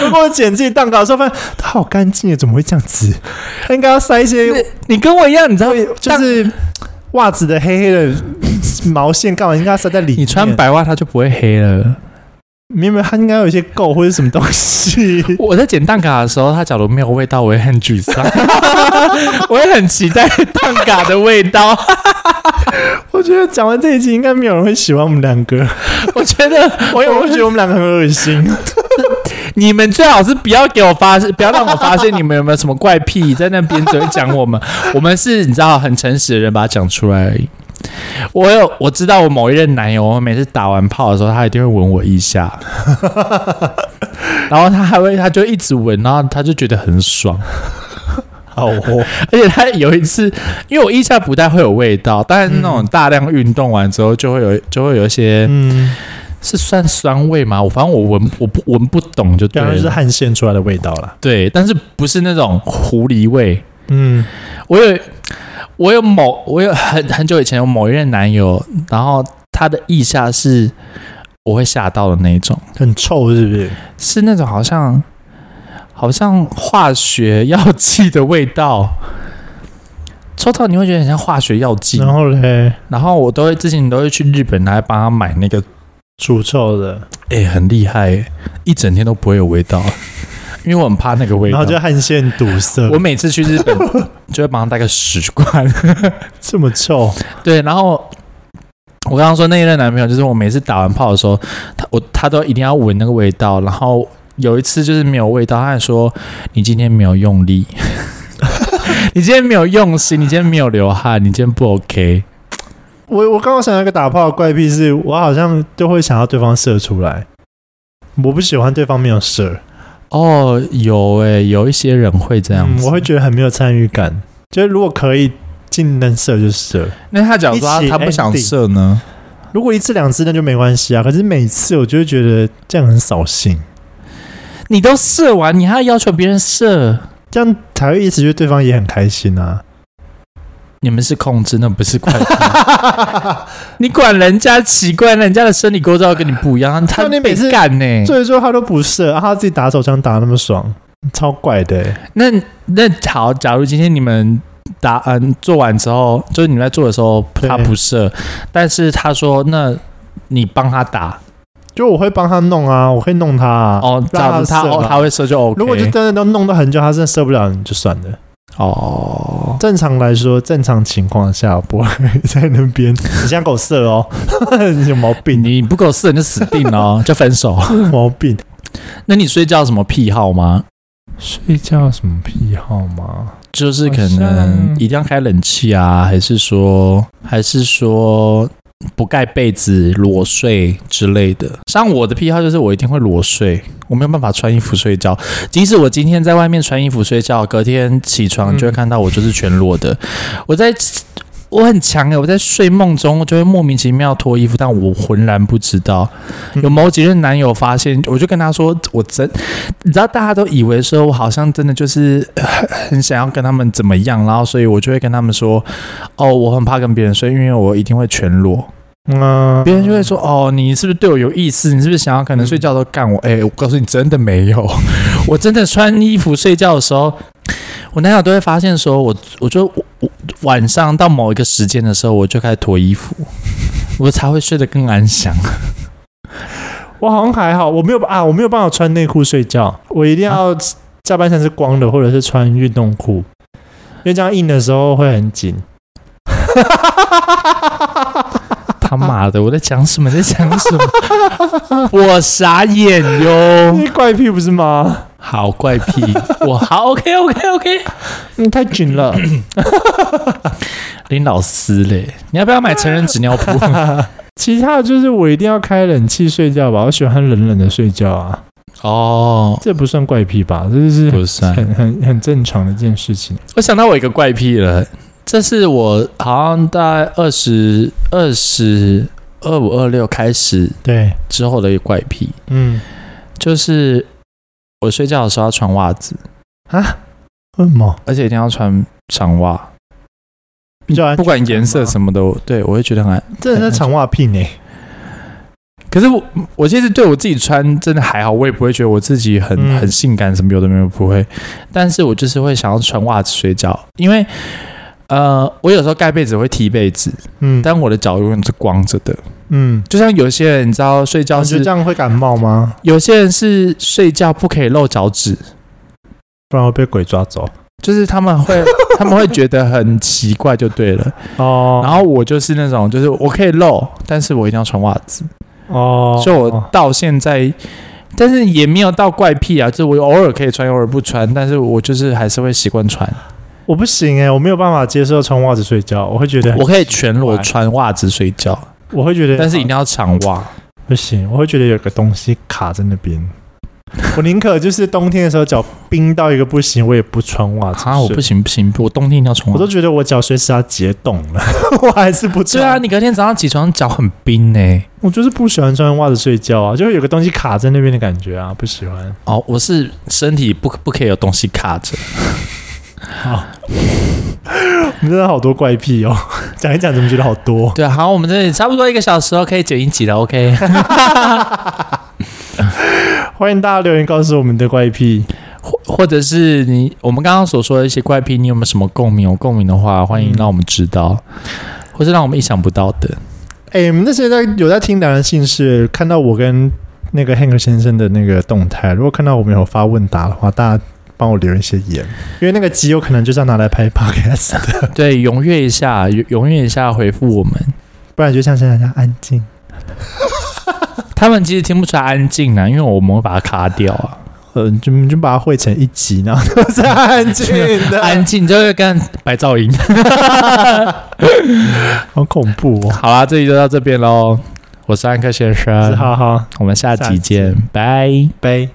Speaker 1: 如果我剪自己蛋糕的时候，发现它好干净，怎么会这样子？它应该要塞一些，
Speaker 2: 你跟我一样，你知道，
Speaker 1: 就是袜子的黑黑的毛线，干嘛应该要塞在里面？
Speaker 2: 你穿白袜它就不会黑了。
Speaker 1: 没有没有，它应该有一些垢或者什么东 西。
Speaker 2: 我在剪蛋嘎的时候，它假如没有味道，我也很沮 丧，我也很期待蛋嘎的味道。
Speaker 1: 我觉得讲完这一集，应该没有人会喜欢我们两个，
Speaker 2: 我觉得
Speaker 1: 我有我会觉得我们两个很恶心。
Speaker 2: 你们最好是不要给我发现，不要让我发现你们有没有什么怪癖在那边只会讲我们。我们是你知道很诚实的人，把它讲出来而已。我有我知道我某一任男友，我每次打完炮的时候，他一定会闻我 一下，然后他还会他就一直闻，然后他就觉得很爽。
Speaker 1: 好哦，
Speaker 2: 而且他有一次，因为我腋下不太会有味道，但是那种大量运动完之后，就会有就会有一些、
Speaker 1: 嗯，
Speaker 2: 是算酸味吗？我反正我闻我不闻不懂就对
Speaker 1: 感
Speaker 2: 了，
Speaker 1: 觉啊就是汗腺出来的味道啦。
Speaker 2: 对，但是不是那种狐狸味。
Speaker 1: 嗯，
Speaker 2: 我有我有某我有很很久以前有某一任男友，然后他的腋下是我会吓到的那一种，
Speaker 1: 很臭是不是？
Speaker 2: 是那种好像好像化学药剂的味道。抽到你会觉得很像化学药剂，
Speaker 1: 然后嘞，
Speaker 2: 然后我都会之前都会去日本，然后帮他买那个，
Speaker 1: 除臭的，
Speaker 2: 哎、很厉害、欸，一整天都不会有味道，因为我很怕那个味
Speaker 1: 然
Speaker 2: 道
Speaker 1: 后。就汗腺堵塞，
Speaker 2: 我每次去日本就会帮他带个十罐，
Speaker 1: 这么臭，
Speaker 2: 对，然后我刚刚说那一任男朋友，就是我每次打完炮的时候，他我他都一定要闻那个味道，然后有一次就是没有味道，他还说你今天没有用力， 你今天没有用心，你今天没有流汗，你今天不 OK。
Speaker 1: 我我刚刚想到一个打炮的怪癖是，我好像都会想要对方射出来，我不喜欢对方没有射，
Speaker 2: 哦，有诶、有一些人会这样
Speaker 1: 嗯，
Speaker 2: 子。
Speaker 1: 我会觉得很没有参与感。就是如果可以尽能射就射，
Speaker 2: 那他假如说
Speaker 1: 一
Speaker 2: 他
Speaker 1: 起
Speaker 2: 他不想
Speaker 1: ending
Speaker 2: 射呢？
Speaker 1: 如果一次两次那就没关系啊。可是每次我就会觉得这样很扫兴，
Speaker 2: 你都射完，你还要要求别人射？
Speaker 1: 这样才会一直觉得对方也很开心啊。
Speaker 2: 你们是控制，那不是 怪癖。你管人家奇怪，人家的生理构造跟你不一样，他
Speaker 1: 那你每
Speaker 2: 被
Speaker 1: 次
Speaker 2: 干呢、
Speaker 1: 所以说他都不射，啊、他自己打手枪打那么爽，超怪的、欸。
Speaker 2: 那那好，假如今天你们答嗯做完之后，就是你们在做的时候
Speaker 1: 对
Speaker 2: 他不射，但是他说那你帮他打
Speaker 1: 就我会帮他弄啊，我会弄他啊。
Speaker 2: 哦，
Speaker 1: 让
Speaker 2: 假如他
Speaker 1: 射
Speaker 2: 哦
Speaker 1: 嘛
Speaker 2: 他会射就 OK。
Speaker 1: 如果就真的都弄到很久，他真的受不了，你就算了。
Speaker 2: 哦，
Speaker 1: 正常来说，正常情况下我不会在那边。 你像狗色哦， 你有毛病，
Speaker 2: 你不给我射你就死定了哦，就 分手。
Speaker 1: 有毛病。
Speaker 2: 那你睡觉有什么癖好吗？
Speaker 1: 睡觉有什么癖好吗？
Speaker 2: 就是可
Speaker 1: 好
Speaker 2: 能
Speaker 1: 像
Speaker 2: 一定要开冷气啊，还是说还是说不盖被子裸睡之类的。像我的癖好就是我一定会裸睡，我没有办法穿衣服睡觉。即使我今天在外面穿衣服睡觉，隔天起床就会
Speaker 1: 嗯
Speaker 2: 看到我就是全裸的。我在我很强哎、我在睡梦中就会莫名其妙脱衣服，但我浑然不知道。
Speaker 1: 嗯
Speaker 2: 有某几任男友发现，我就跟他说，我真，你知道大家都以为说我好像真的就是 呃很想要跟他们怎么样，然后所以我就会跟他们说，哦，我很怕跟别人睡，因为我一定会全裸。
Speaker 1: 嗯，
Speaker 2: 别人就会说，哦，你是不是对我有意思？你是不是想要可能睡觉都干我？哎、我告诉你，真的没有， 我真的穿衣服睡觉的时候。我男友都会发现说，我我就我我晚上到某一个时间的时候，我就开始脱衣服， 我才会睡得更安详。
Speaker 1: 我好像还好，我没有啊，我没有办法穿内裤睡觉，我一定要下半身是光的，或者是穿运动裤，因为这样硬的时候会很紧。
Speaker 2: 他妈的，我在讲什么？在讲什么？ 我傻眼 哟！
Speaker 1: 你怪癖不是吗？
Speaker 2: 好怪癖，我好 OK OK OK。
Speaker 1: 你嗯太紧了。
Speaker 2: 林老师嘞，你要不要买成人纸尿布？
Speaker 1: 其他的就是我一定要开冷气睡觉吧，我喜欢冷冷的睡觉啊，
Speaker 2: 哦，
Speaker 1: 这不算怪癖吧？这就是
Speaker 2: 不算。
Speaker 1: 很很很正常的一件事情。
Speaker 2: 我想到我一个怪癖了，这是我好像大概二十二十二五二六开始
Speaker 1: 对，
Speaker 2: 之后的一个怪癖，
Speaker 1: 嗯
Speaker 2: 就是我睡觉的时候要穿袜子，
Speaker 1: 啊，为什么？
Speaker 2: 而且一定要穿长袜，
Speaker 1: 比较安全
Speaker 2: 不管颜色什么的，我对我会觉得很安
Speaker 1: 这人是长袜癖呢、
Speaker 2: 可是我我其实对我自己穿真的还好，我也不会觉得我自己很、
Speaker 1: 嗯
Speaker 2: 很性感什么有的没有不会，但是我就是会想要穿袜子睡觉，因为呃我有时候盖被子会踢被子，
Speaker 1: 嗯
Speaker 2: 但我的脚永远是光着的，
Speaker 1: 嗯，哦
Speaker 2: 就像有些人你知道哦睡觉
Speaker 1: 你觉得
Speaker 2: 是
Speaker 1: 这样会感冒吗？
Speaker 2: 有些人是睡觉不可以露脚趾，
Speaker 1: 不然会被鬼抓走
Speaker 2: 就是他们 会他们会觉得很奇怪就对了，
Speaker 1: 哦
Speaker 2: 然后我就是那种就是我可以露，但是我一定要穿袜子。
Speaker 1: 哦
Speaker 2: 所以我到现在，但是也没有到怪癖啊，就是我偶尔可以穿，偶尔不穿，但是我就是还是会习惯穿。
Speaker 1: 我不行哎、我没有办法接受穿袜子睡觉，我会觉得
Speaker 2: 我可以全裸穿袜子睡觉，
Speaker 1: 我会觉得，啊
Speaker 2: 但是一定要长袜。
Speaker 1: 不行，我会觉得有个东西卡在那边。 我宁可就是冬天的时候脚冰到一个不行，我也不穿袜子睡。
Speaker 2: 啊，我不行不啊行，我冬天一定要穿
Speaker 1: 我
Speaker 2: 袜
Speaker 1: 都
Speaker 2: 子。
Speaker 1: 觉得我脚随时要结冻了， 我还是不
Speaker 2: 对
Speaker 1: 穿。
Speaker 2: 啊，你隔天早上起床脚很冰欸呢、
Speaker 1: 我就是不喜欢穿袜子睡觉啊，就会有个东西卡在那边的感觉啊，不喜欢。
Speaker 2: 哦，我是身体不不可以有东西卡着。
Speaker 1: 你真的好多怪癖哦， 讲一讲怎么觉得好多？
Speaker 2: 对啊，好，我们这里差不多一个小时哦，可以剪一集了。OK，
Speaker 1: 欢迎大家留言告诉我们你的怪癖。
Speaker 2: 或或者是你我们刚刚所说的一些怪癖，你有没有什么共鸣？有共鸣的话，欢迎
Speaker 1: 嗯
Speaker 2: 让我们知道，或是让我们意想不到的。
Speaker 1: 哎、你们那些在有在听《两人姓氏》，看到我跟那个 Hank 先生的那个动态，如果看到我们有发问答的话，大家帮我留一些言，因为那个集有可能就是要拿来拍 podcast 的，
Speaker 2: 对，踊跃一下，踊踊跃一下回复我们。
Speaker 1: 不然就像现在这样安静。
Speaker 2: 他们其实听不出来安静啊，因为我们会把它卡掉啊。
Speaker 1: 呃，就就把它汇成一集，然后都是安静的，
Speaker 2: 安静就会跟白噪音。
Speaker 1: 好恐怖哦！
Speaker 2: 好啦，这集就到这边喽。我是安克先生，
Speaker 1: 好好，
Speaker 2: 我们下
Speaker 1: 下
Speaker 2: 集
Speaker 1: 集
Speaker 2: 见，拜。
Speaker 1: 拜。